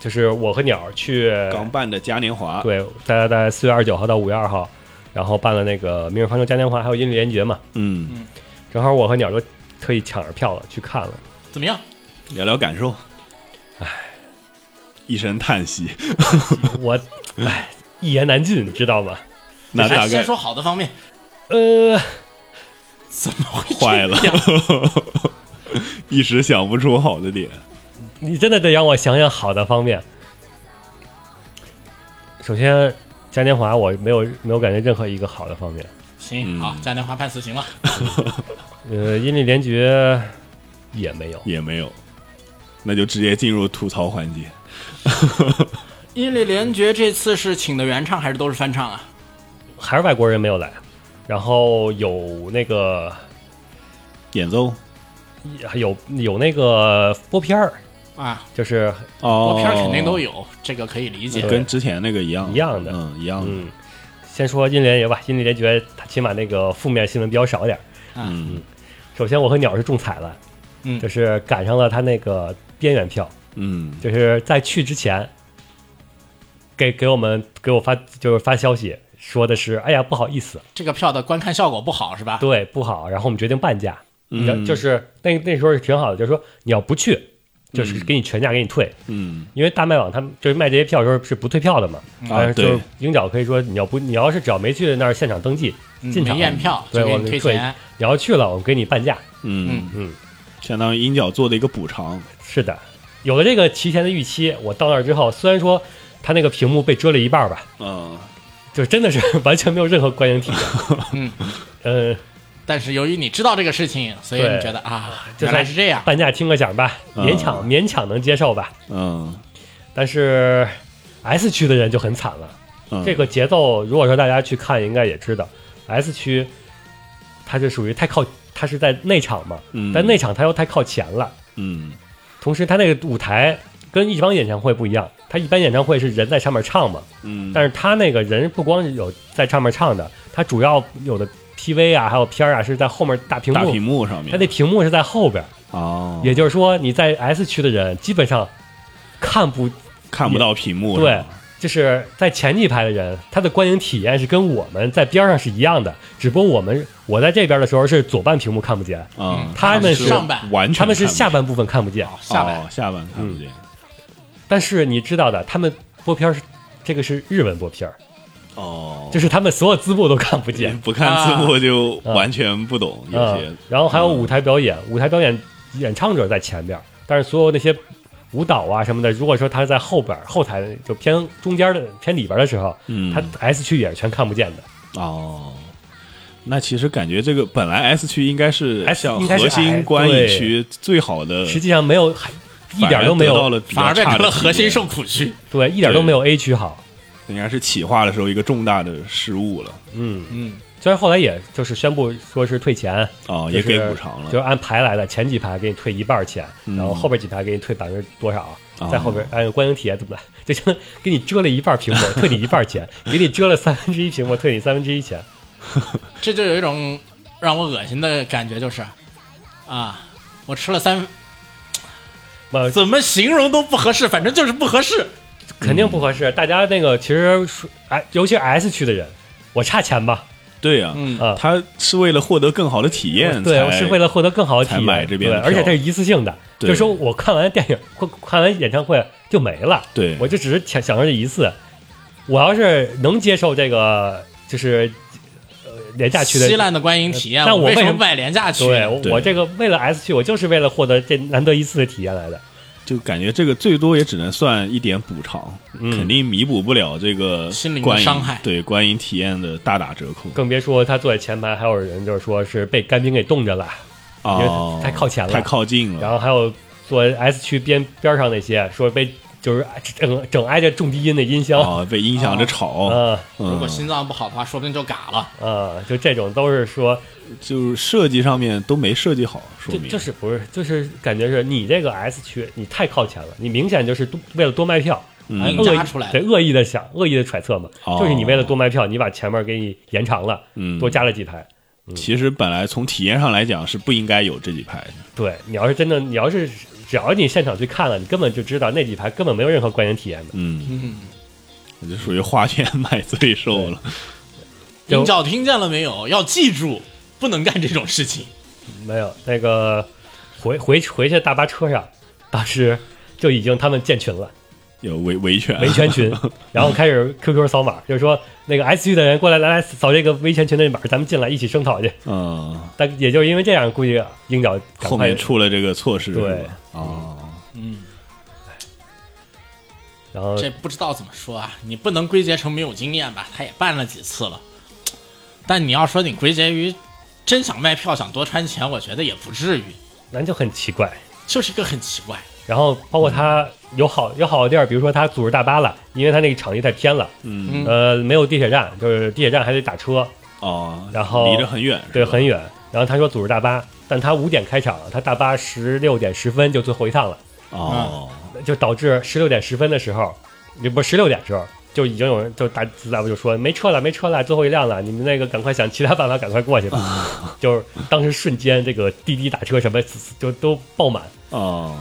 Speaker 1: 就是我和鸟去，
Speaker 3: 刚办的嘉年华，
Speaker 1: 对，大概在四月二十九号到五月二号，然后办了那个明日方舟嘉年华，还有音乐联节嘛，
Speaker 3: 嗯，
Speaker 1: 正好我和鸟都特意抢着票了去看了。
Speaker 2: 怎么样？
Speaker 3: 聊聊感受。唉，一声 叹息，
Speaker 1: 我，唉，一言难尽，你知道吗？
Speaker 3: 那
Speaker 2: 哎
Speaker 3: 大
Speaker 2: 先
Speaker 3: 概
Speaker 2: 说好的方面，
Speaker 1: 呃，
Speaker 2: 怎么会这
Speaker 3: 坏
Speaker 2: 样
Speaker 3: 了？，一时想不出好的点。
Speaker 1: 你真的得让我想想好的方面。首先，嘉年华我没有没有感觉任何一个好的方面。
Speaker 2: 行，
Speaker 3: 嗯
Speaker 2: 好，嘉年华判死刑了。
Speaker 1: 呃，阴历联觉也没有，
Speaker 3: 也没有，那就直接进入吐槽环节。
Speaker 2: 伊利联觉这次是请的原唱还是都是翻唱啊？
Speaker 1: 还是外国人没有来。然后有那个
Speaker 3: 演奏
Speaker 1: 有有那个播片儿，
Speaker 2: 啊，
Speaker 1: 就是
Speaker 3: 哦
Speaker 2: 播片儿肯定都有，这个可以理解。
Speaker 3: 跟之前那个一样
Speaker 1: 一样的
Speaker 3: 嗯，一样的，
Speaker 1: 嗯，先说阴历联觉吧。阴历联觉它起码那个负面新闻比较少点儿。
Speaker 3: 嗯
Speaker 1: 首先，我和鸟是中彩了，
Speaker 2: 嗯
Speaker 1: 就是赶上了他那个边缘票。
Speaker 3: 嗯，
Speaker 1: 就是在去之前，给给我们给我发就是发消息说的是，哎呀不好意思，
Speaker 2: 这个票的观看效果不好是吧？
Speaker 1: 对不好，然后我们决定半价，
Speaker 2: 嗯
Speaker 1: 你要就是那那时候是挺好的，就是说你要不去，就是给你全价给你退，
Speaker 3: 嗯，
Speaker 1: 因为大麦网他们就是卖这些票的时候是不退票的嘛。
Speaker 2: 哎
Speaker 3: 啊
Speaker 1: 但是
Speaker 3: 对
Speaker 1: 就是鹰角可以说你要不你要是只要没去那儿现场登记
Speaker 2: 嗯
Speaker 1: 进
Speaker 2: 没
Speaker 1: 场，
Speaker 2: 验票
Speaker 1: 对
Speaker 2: 就给
Speaker 1: 我
Speaker 2: 你
Speaker 1: 们
Speaker 2: 退
Speaker 1: 退
Speaker 2: 钱，
Speaker 1: 你要去了我们给你半价。
Speaker 3: 嗯
Speaker 1: 嗯，
Speaker 3: 相当于鹰角做的一个补偿，
Speaker 1: 是的，有了这个提前的预期，我到那儿之后，虽然说他那个屏幕被遮了一半儿吧，
Speaker 3: 嗯，
Speaker 1: 就真的是 完全没有任何观影体验。
Speaker 2: 嗯，
Speaker 1: 呃，
Speaker 2: 但是由于你知道这个事情，所以
Speaker 1: 对
Speaker 2: 你觉得啊，
Speaker 1: 就
Speaker 2: 原来
Speaker 1: 算
Speaker 2: 是这样。
Speaker 1: 半价听个响吧，勉强勉强能接受吧。
Speaker 3: 嗯
Speaker 1: 但是 S 区的人就很惨了，
Speaker 3: 嗯，
Speaker 1: 这个节奏如果说大家去看，应该也知道，S 区它是属于太靠，它是在内场嘛，
Speaker 3: 嗯
Speaker 1: 但内场它又太靠前了，
Speaker 3: 嗯
Speaker 1: 同时它那个舞台跟一般演唱会不一样，它一般演唱会是人在上面唱嘛，
Speaker 3: 嗯，
Speaker 1: 但是他那个人不光是有在上面唱的，他主要有的 PV 啊，还有片儿啊是在后面大屏
Speaker 3: 大
Speaker 1: 幕，
Speaker 3: 屏幕上
Speaker 1: 他
Speaker 3: 面
Speaker 1: 那屏幕是在后边儿，
Speaker 3: 哦，
Speaker 1: 也就是说你在 S 区的人基本上看不，
Speaker 3: 看不到屏幕，
Speaker 1: 对
Speaker 3: 是吧
Speaker 1: 就是在前几排的人，他的观影体验是跟我们在边上是一样的，只不过我们我在这边的时候是左半屏幕看不见，
Speaker 3: 嗯，
Speaker 1: 他们
Speaker 2: 是
Speaker 1: 是
Speaker 2: 上半
Speaker 3: 完全
Speaker 1: 他们是
Speaker 3: 看不
Speaker 1: 下嗯半部分看不见，
Speaker 2: 下半
Speaker 3: 哦下半看不见
Speaker 1: 但是你知道的，他们播片儿是这个是日文播片儿，
Speaker 3: 哦，
Speaker 1: 就是他们所有字幕都看不见。
Speaker 3: 不看字
Speaker 2: 啊
Speaker 3: 幕就完全不懂有些嗯
Speaker 1: 嗯，，然后还有舞台表演，舞台表演演唱者在前边儿，但是所有那些舞蹈啊什么的，如果说他在后边儿后台就偏中间的偏里边儿的时候，
Speaker 3: 嗯
Speaker 1: 他 S 区也是全看不见的。
Speaker 3: 哦。那其实感觉这个本来 S 区应该是
Speaker 1: S-
Speaker 3: 像
Speaker 1: 应该是
Speaker 3: 核心
Speaker 1: S-
Speaker 3: 观影
Speaker 1: 对
Speaker 3: 区最好的，
Speaker 1: 实际上没有，还一点儿都没
Speaker 3: 嗯反而得到
Speaker 1: 有，
Speaker 3: 了比较
Speaker 2: 反而变
Speaker 3: 差
Speaker 2: 成
Speaker 3: 的
Speaker 2: 了核
Speaker 3: 体验
Speaker 2: 心受苦区。
Speaker 1: 对，一点儿都没有 A 区好。
Speaker 3: 应该是企划的时候一个重大的失误了
Speaker 1: 嗯，
Speaker 2: 嗯，
Speaker 1: 虽然后来也就是宣布说是退钱，
Speaker 3: 哦，
Speaker 1: 就
Speaker 3: 也
Speaker 1: 是
Speaker 3: 给补偿了，嗯
Speaker 1: 就是按排来的，前几排给你退一半儿钱，然后后边几排给你退百分之多少，
Speaker 3: 哦
Speaker 1: 在后边按观影体验怎么来，就相当于给你遮了一半儿屏幕，退你一半儿钱；给你遮了三分之一屏幕，退你三分之一钱。
Speaker 3: 嗯
Speaker 2: 这就有一种让我恶心的感觉，就是啊，我吃了三，
Speaker 1: 呃，
Speaker 2: 怎么形容都不合适，反正就是不合适。
Speaker 1: 肯定不合适。大家那个其实说，哎，尤其是 S 区的人，我差钱吧？
Speaker 3: 对呀、
Speaker 2: 嗯
Speaker 1: 啊
Speaker 3: 他是为了获得更好的体验，
Speaker 1: 对，
Speaker 3: 才
Speaker 1: 我是为了获得更好的体
Speaker 3: 才
Speaker 1: 验，
Speaker 3: 买这边的
Speaker 1: 对，而且
Speaker 3: 票
Speaker 1: 这是一次性的，
Speaker 3: 对
Speaker 1: 就是说我看完电影、看看完演唱会就没了，
Speaker 3: 对
Speaker 1: 我就只是想想着这一次。我要是能接受这个，就是呃廉价区的
Speaker 2: 稀烂的观影体验，
Speaker 1: 那
Speaker 2: 我
Speaker 1: 我为
Speaker 2: 什
Speaker 1: 什
Speaker 2: 么
Speaker 1: 么
Speaker 2: 不买廉价区？
Speaker 1: 对我
Speaker 3: 对
Speaker 1: 我这个为了 S 区，我就是为了获得这难得一次的体验来的。
Speaker 3: 就感觉这个最多也只能算一点补偿，
Speaker 1: 嗯
Speaker 3: 肯定弥补不了这个
Speaker 2: 心灵的
Speaker 3: 观影
Speaker 2: 伤害
Speaker 3: 对观影体验的大打折扣。
Speaker 1: 更别说他坐在前排，还有人就是说是被干冰给冻着了，因为
Speaker 3: 哦，
Speaker 1: 太靠前了
Speaker 3: 太靠近
Speaker 1: 然
Speaker 3: 了。
Speaker 1: 后还有坐 S 区边边上那些说被就是整整挨着重低音的音箱，
Speaker 3: 哦，被音响着吵，
Speaker 1: 啊
Speaker 3: 嗯
Speaker 2: 如果心脏不好的话，说不定就嘎了。
Speaker 1: 啊，就这种都是说，
Speaker 3: 就是设计上面都没设计好，说
Speaker 1: 就
Speaker 3: 明
Speaker 1: 就是不是就是感觉是你这个 S 区你太靠前了，你明显就是多为了多卖票，
Speaker 3: 嗯
Speaker 2: 哎
Speaker 1: 恶
Speaker 2: 扎出来
Speaker 1: 意对恶意的想恶意的揣测嘛，
Speaker 3: 哦
Speaker 1: 就是你为了多卖票，你把前面给你延长了，
Speaker 3: 嗯
Speaker 1: 多加了几排。
Speaker 3: 其实本来从体验上来讲是不应该有这几排的。
Speaker 1: 对你要是真的，你要是只要你现场去看了，你根本就知道那几排根本没有任何观影体验的。
Speaker 3: 嗯，
Speaker 2: 嗯，
Speaker 3: 就属于花钱 买罪受了。
Speaker 1: 就
Speaker 2: 鹰角听见了没有？要记住，不能干这种事情。
Speaker 1: 没有那个回回回去大巴车上，当时就已经他们建群 了。
Speaker 3: 有维维权，
Speaker 1: 维权群，然后开始 QQ 扫码，就是说那个 S 区的人过来，来来扫这个维权群的码，咱们进来一起声讨去。
Speaker 3: 嗯，
Speaker 1: 但也就是因为这样，估计啊鹰角赶
Speaker 3: 后
Speaker 1: 快
Speaker 3: 面。出了这个措施，
Speaker 1: 对
Speaker 3: 是吧哦，
Speaker 1: 然后
Speaker 2: 这不知道怎么说啊，你不能归结成没有经验吧？他也办了几次了，但你要说你归结于真想卖票想多穿钱，我觉得也不至于，
Speaker 1: 咱就很奇怪。
Speaker 2: 就是一个很奇怪。
Speaker 1: 然后包括他有好有好的地儿，比如说他组织大巴了，因为他那个场地太偏了，
Speaker 3: 嗯，
Speaker 1: 呃，没有地铁站，就是地铁站还得打车，
Speaker 3: 哦，
Speaker 1: 然后
Speaker 3: 离着很远，
Speaker 1: 对，
Speaker 3: 是吧
Speaker 1: 很远。然后他说组织大巴，但他五点开场，他大巴十六点十分就最后一趟了，
Speaker 3: 哦，
Speaker 1: 就导致十六点十分的时候，也不十六点时候就已经有人就大自大夫就说没车了，没车了，最后一辆了，你们那个赶快想其他办法，赶快过去吧。就是当时瞬间这个滴滴打车什么就都爆满，
Speaker 3: 哦，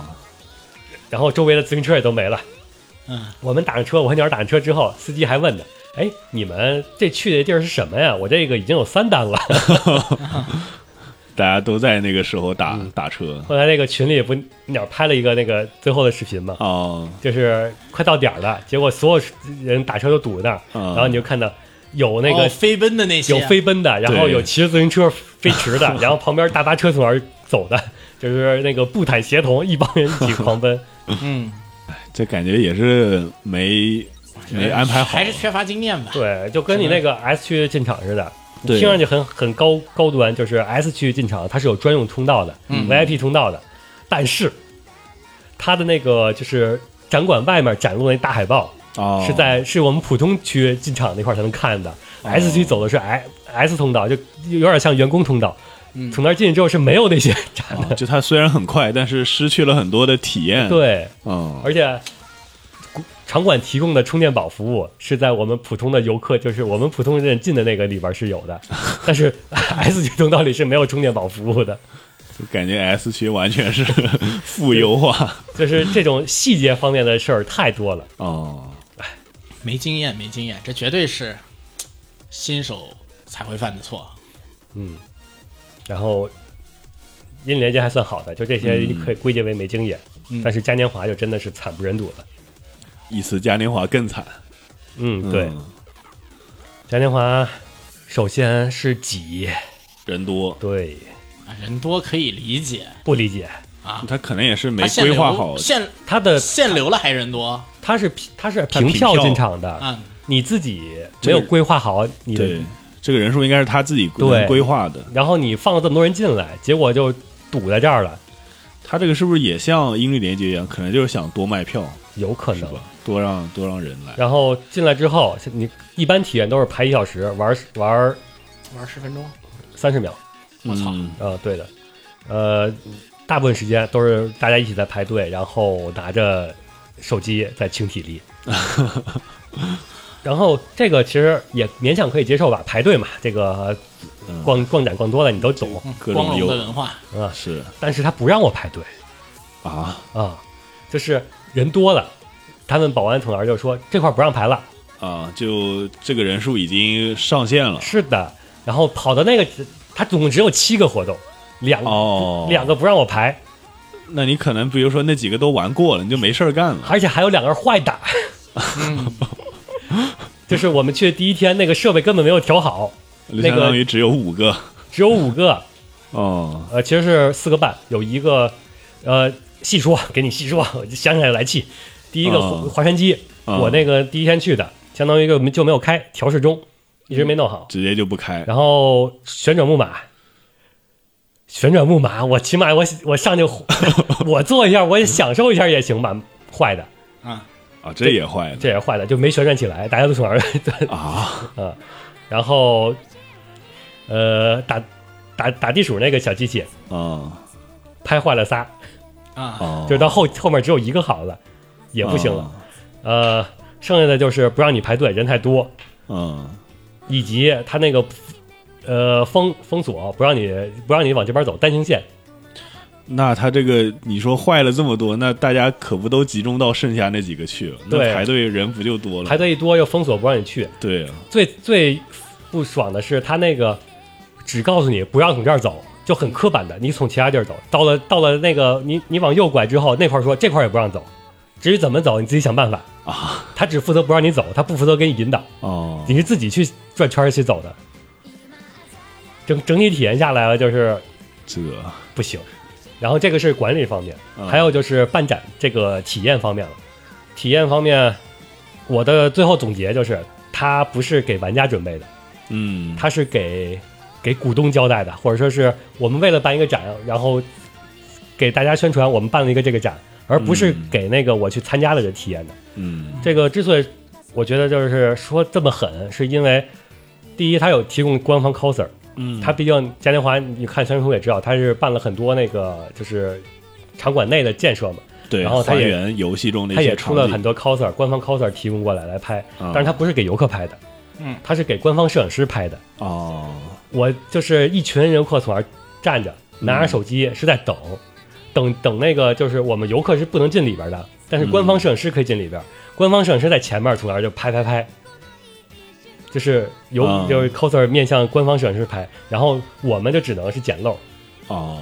Speaker 1: 然后周围的自行车也都没了。
Speaker 2: 嗯，
Speaker 1: 我们打上车，我和鸟儿打上车之后，司机还问呢，哎，你们这去的地儿是什么呀？我这个已经有三单了。
Speaker 3: 大家都在那个时候打、
Speaker 1: 嗯
Speaker 3: 打车
Speaker 1: 后来那个群里不鸟拍了一个那个最后的视频嘛，
Speaker 2: 啊
Speaker 3: 哦，
Speaker 1: 就是快到点儿了，结果所有人打车都堵在那儿，
Speaker 3: 嗯
Speaker 1: 然后你就看到有那
Speaker 2: 啊哦
Speaker 1: 个
Speaker 2: 飞奔的那些
Speaker 1: 有飞奔的，然后有骑着自行车飞驰 的，然后旁边大巴车从哪儿走的，就是那个步坦协同，一帮人一起狂奔。
Speaker 2: 嗯，
Speaker 3: 这感觉也是没没安排好
Speaker 2: 还，是缺乏经验吧？
Speaker 1: 对，就跟你那个 S 区进场似的，
Speaker 3: 对
Speaker 1: 听上去很很高高端，就是 S 区进场它是有专用通道的、
Speaker 2: 嗯
Speaker 1: v i p 通道的，但是它的那个就是展馆外面展露那大海报。
Speaker 3: 哦，
Speaker 1: 是在是我们普通区进场那块儿才能看的。S
Speaker 3: 哦
Speaker 1: 区走的是 S S 通道，就有点像员工通道。从那儿进去之后是没有那些展
Speaker 3: 嗯哦
Speaker 1: 的，
Speaker 3: 就它虽然很快，但是失去了很多的体验。，
Speaker 1: 对，
Speaker 3: 嗯，
Speaker 1: 而且古场馆提供的充电宝服务是在我们普通的游客，就是我们普通人进的那个里边是有 的，但是 S 区通道里是没有充电宝服务的。
Speaker 3: 就感觉 S 区完全是负优化。
Speaker 1: 就是这种细节方面的事儿太多了。
Speaker 3: 哦，
Speaker 2: 没经验，没经验，这绝对是新手才会犯的错。
Speaker 1: 然后阴历连接还算好的，就这些你可以归结为没经验，但是嘉年华就真的是惨不忍睹了。
Speaker 3: 一次嘉年华更惨。
Speaker 1: 嗯，
Speaker 3: 嗯
Speaker 1: 对，嘉年华首先是挤，
Speaker 3: 人多，
Speaker 1: 对，
Speaker 2: 啊人多可以理解，啊
Speaker 1: 不理解
Speaker 3: 他可能也是没
Speaker 2: 他限
Speaker 3: 规
Speaker 2: 流
Speaker 3: 划好。
Speaker 2: 限
Speaker 1: 他的
Speaker 2: 限流了还人多，
Speaker 1: 他是他是
Speaker 3: 凭
Speaker 1: 凭票
Speaker 3: 票
Speaker 1: 进场的，
Speaker 2: 嗯，
Speaker 1: 你自己
Speaker 3: 这
Speaker 1: 没
Speaker 3: 个
Speaker 1: 有规划好你的
Speaker 3: 对，，这个人数应该是他自己
Speaker 1: 对
Speaker 3: 规划的。
Speaker 1: 然后你放了这么多人进来，结果就堵在这儿了，
Speaker 3: 他这个是不是也像英律连接一样，可能就是想多卖票，
Speaker 1: 有可
Speaker 3: 是
Speaker 1: 能。
Speaker 3: 吧？多让多让人来。
Speaker 1: 然后进来之后，你一般体验都是排一小时，玩玩
Speaker 2: 玩十分钟，
Speaker 1: 三十秒，
Speaker 2: 我操
Speaker 3: 嗯
Speaker 1: 啊、对的，呃，大部分时间都是大家一起在排队，然后拿着手机在清体 力。然后这个其实也勉强可以接受吧，排队嘛，这个
Speaker 3: 嗯
Speaker 1: 逛逛展逛多了你都懂
Speaker 2: 嗯
Speaker 3: 各种
Speaker 2: 光荣的
Speaker 3: 优
Speaker 2: 文化，
Speaker 1: 啊、
Speaker 3: 是
Speaker 1: 但是他不让我排队
Speaker 3: 啊
Speaker 1: 啊、就是人多了，他们保安从那儿就说这块儿不让排了，
Speaker 3: 啊，就这个人数已经上限了。
Speaker 1: 是的。然后跑到那个，他总共只有七个活动，两个、
Speaker 3: 哦，
Speaker 1: 嗯两个不让我排，
Speaker 3: 那你可能比如说那几个都玩过了，你就没事儿干了。
Speaker 1: 而且还有两个人坏打。
Speaker 2: 嗯，
Speaker 1: 就是我们去的第一天，那个设备根本没有调好，
Speaker 3: 就
Speaker 1: 那
Speaker 3: 相
Speaker 1: 个
Speaker 3: 当于只有五个
Speaker 1: 只有五个，
Speaker 3: 哦，
Speaker 1: 呃，其实是四个半，有一个，呃，细说给你细说，我就想起来来气。第一个
Speaker 3: 嗯
Speaker 1: 滑山机，
Speaker 3: 嗯
Speaker 1: 我那个第一天去的，相当于一个就没有开，调试中，一直没弄好。
Speaker 3: 直接就不开。
Speaker 1: 然后旋转木马，旋转木马，我起码我我上去 我坐一下，我也享受一下也行吧，坏的，
Speaker 2: 嗯
Speaker 3: 啊，这也坏了
Speaker 1: 这也是坏的，就没旋转起来，大家都从哪儿
Speaker 3: 啊！
Speaker 1: 然后，呃，打打打地鼠那个小机器
Speaker 3: 啊
Speaker 1: 拍坏了仨，
Speaker 2: 啊，
Speaker 3: 哦，
Speaker 1: 就是到后后面只有一个好了，也不行了。呃，剩下的就是不让你排队，人太多，
Speaker 3: 嗯。
Speaker 1: 以及他那个呃封封锁，不让你不让你往这边走，单行线。
Speaker 3: 那他这个你说坏了这么多，那大家可不都集中到剩下那几个去了？那
Speaker 1: 对
Speaker 3: 排队人不就多了？
Speaker 1: 排队一多又封锁，不让你去。
Speaker 3: 对啊，
Speaker 1: 最最不爽的是他那个只告诉你不让从这儿走。就很刻板的，你从其他地儿走，到了到了那个你你往右拐之后，那块儿说这块儿也不让走，至于怎么走你自己想办法
Speaker 3: 啊。
Speaker 1: 他只负责不让你走，他不负责给你引导。
Speaker 3: 哦，
Speaker 1: 你是自己去转圈儿去走的。整整体体验下来了就是
Speaker 3: 这个
Speaker 1: 不行，然后这个是管理方面，
Speaker 3: 嗯
Speaker 1: 还有就是办展这个体验方面了。体验方面，我的最后总结就是，它不是给玩家准备的，
Speaker 3: 嗯，
Speaker 1: 它是给给股东交代的，或者说是我们为了办一个展，然后给大家宣传我们办了一个这个展，而不是
Speaker 3: 嗯
Speaker 1: 给那个我去参加的人体验的。
Speaker 3: 嗯
Speaker 1: 这个之所以我觉得就是说这么狠，是因为第一，它有提供官方 coser，
Speaker 3: 嗯，
Speaker 1: 它毕竟嘉年华，你看宣传图也知道，它是办了很多那个就是场馆内的建设嘛，
Speaker 3: 对，
Speaker 1: 然后它
Speaker 3: 还
Speaker 1: 也
Speaker 3: 原游戏中的一
Speaker 1: 它也
Speaker 3: 些
Speaker 1: 出
Speaker 3: 场
Speaker 1: 了
Speaker 3: 景
Speaker 1: 很多 coser，官方 coser 提供过来来拍，
Speaker 3: 啊
Speaker 1: 但是它不是给游客拍的，
Speaker 2: 嗯，
Speaker 1: 它是给官方摄影师拍的。
Speaker 3: 哦，
Speaker 1: 我就是一群游客从那儿站着，拿着手机是在等，等等那个就是我们游客是不能进里边的，但是官方摄影师可以进里边。官方摄影师在前面从那儿就拍拍拍，就是游、
Speaker 3: 啊
Speaker 1: 就是 coser 面向官方摄影师拍，然后我们就只能是捡漏，
Speaker 3: 哦，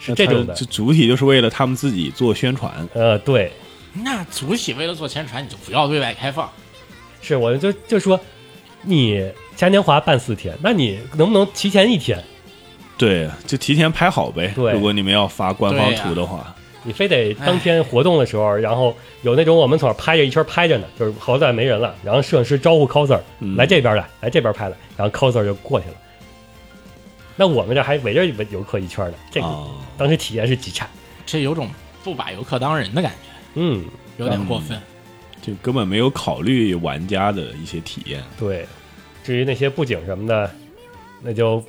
Speaker 1: 是这种的
Speaker 3: 就主体就是为了他们自己做宣传，
Speaker 1: 呃，对，
Speaker 2: 那主体为了做宣传，你就不要对外开放。
Speaker 1: 是我就就说你嘉年华办四天，那你能不能提前一天？
Speaker 3: 对，就提前拍好呗。
Speaker 1: 对
Speaker 3: 如果你们要发官方
Speaker 2: 对呀
Speaker 3: 图的话，
Speaker 1: 你非得当天活动的时候，然后有那种我们从那儿拍着一圈拍着呢，就是好歹没人了，然后摄影师招呼 coser
Speaker 3: 嗯
Speaker 1: 来这边来，来这边拍来，然后 coser 就过去了。那我们这还围着游客一圈呢，这个
Speaker 3: 哦
Speaker 1: 当时体验是极差。
Speaker 2: 这有种不把游客当人的感觉，
Speaker 1: 嗯，
Speaker 2: 有点过分。
Speaker 3: 就根本没有考虑玩家的一些体验。
Speaker 1: 对。至于那些布景什么的，那就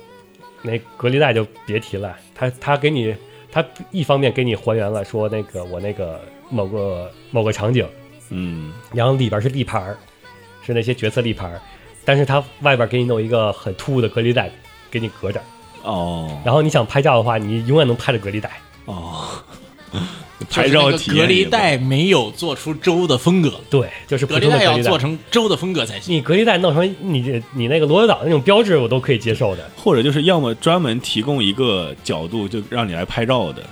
Speaker 1: 那隔离带就别提了。他他给你，他一方面给你还原了说那个我那个某个某个场景，
Speaker 3: 嗯，
Speaker 1: 然后里边是立牌儿，是那些角色立牌儿，但是它外边给你弄一个很突兀的隔离带，给你隔着。
Speaker 3: 哦
Speaker 1: 然后你想拍照的话，你永远能拍着隔离带。
Speaker 3: 哦，
Speaker 2: 就
Speaker 3: 拍
Speaker 2: 是那
Speaker 3: 照
Speaker 2: 个
Speaker 3: 体验
Speaker 2: 隔离
Speaker 3: 也不
Speaker 2: 带没有做出周的风格，
Speaker 1: 对，就是普
Speaker 2: 隔
Speaker 1: 通
Speaker 2: 离
Speaker 1: 的
Speaker 2: 带
Speaker 1: 隔
Speaker 2: 要
Speaker 1: 离
Speaker 2: 做
Speaker 1: 带。
Speaker 2: 成周的风格才行。
Speaker 1: 你隔离带弄成你这你那个罗德岛那种标志，我都可以接受的。
Speaker 3: 或者就是要么专门提供一个角度，就让你来拍照的，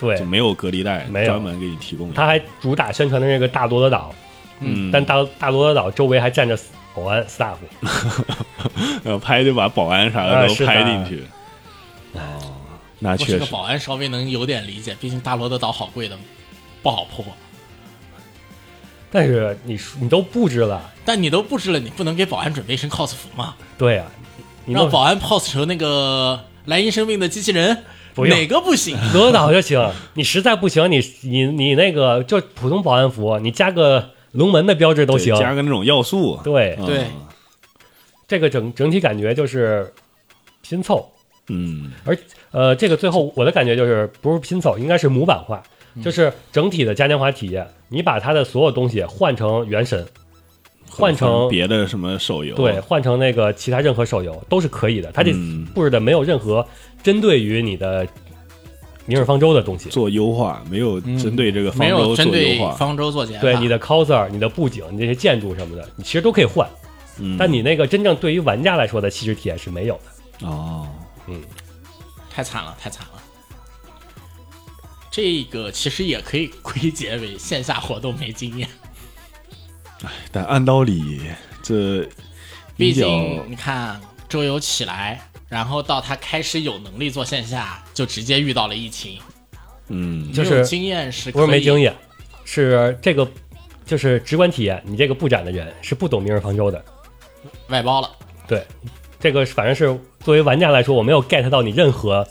Speaker 1: 对
Speaker 3: 就，没有隔离带，
Speaker 1: 没有
Speaker 3: 专门给你提供一个。
Speaker 1: 他还主打宣传的那个大罗德岛，
Speaker 3: 嗯，
Speaker 1: 但大大罗德岛周围还站着保安 staff。
Speaker 3: 呃拍就把保安啥
Speaker 1: 啊
Speaker 3: 的都
Speaker 1: 是的
Speaker 3: 拍进去。哦，那
Speaker 2: 我是
Speaker 3: 确
Speaker 2: 个
Speaker 3: 实
Speaker 2: 保安，稍微能有点理解，毕竟大罗德岛好贵的，不好破。
Speaker 1: 但是你说你都布置了，
Speaker 2: 但你都布置了，你不能给保安准备一身 cos 服吗？
Speaker 1: 对啊，你
Speaker 2: 让
Speaker 1: 弄
Speaker 2: 保安 pose 成那个莱茵生病的机器人，
Speaker 1: 不用
Speaker 2: 哪个不行？
Speaker 1: 罗德岛就行。你实在不行，你你你那个就普通保安服，你加个龙门的标志都
Speaker 3: 对
Speaker 1: 行。
Speaker 3: 加个那种要素。
Speaker 1: 对，
Speaker 3: 嗯
Speaker 2: 对，
Speaker 1: 这个整整体感觉就是拼凑。
Speaker 3: 嗯，
Speaker 1: 呃，这个最后我的感觉就是不是拼凑，应该是模板化，
Speaker 3: 嗯
Speaker 1: 就是整体的嘉年华体验，你把它的所有东西换成原神，换成
Speaker 3: 别的什么手游。
Speaker 1: 对，，换成那个其他任何手游都是可以的。它这
Speaker 3: 嗯
Speaker 1: 布置的没有任何针对于你的明日方舟的东西。
Speaker 3: 做优化，没有针对这个方
Speaker 2: 没有
Speaker 3: 舟做
Speaker 2: 针对
Speaker 3: 优化。
Speaker 2: 方舟啊做减法。
Speaker 1: 对你的 coser、你的布景、你这些建筑什么的，你其实都可以换，
Speaker 3: 嗯，
Speaker 1: 但你那个真正对于玩家来说的细致体验是没有的。
Speaker 3: 哦，
Speaker 2: 太惨了，太惨了。这个其实也可以归结为线下活动没经验，
Speaker 3: 但按道理这
Speaker 2: 毕
Speaker 3: 比较
Speaker 2: 竟你看周游起来，然后到他开始有能力做线下，就直接遇到了疫情，
Speaker 3: 嗯
Speaker 1: 就是
Speaker 2: 没有经验是
Speaker 1: 不是没经
Speaker 2: 验，
Speaker 1: 验，是这个就是直观体验，你这个布展的人是不懂《明日方舟》的。
Speaker 2: 外包了。
Speaker 1: 对，这个反正是作为玩家来说，我没有 get 到你任何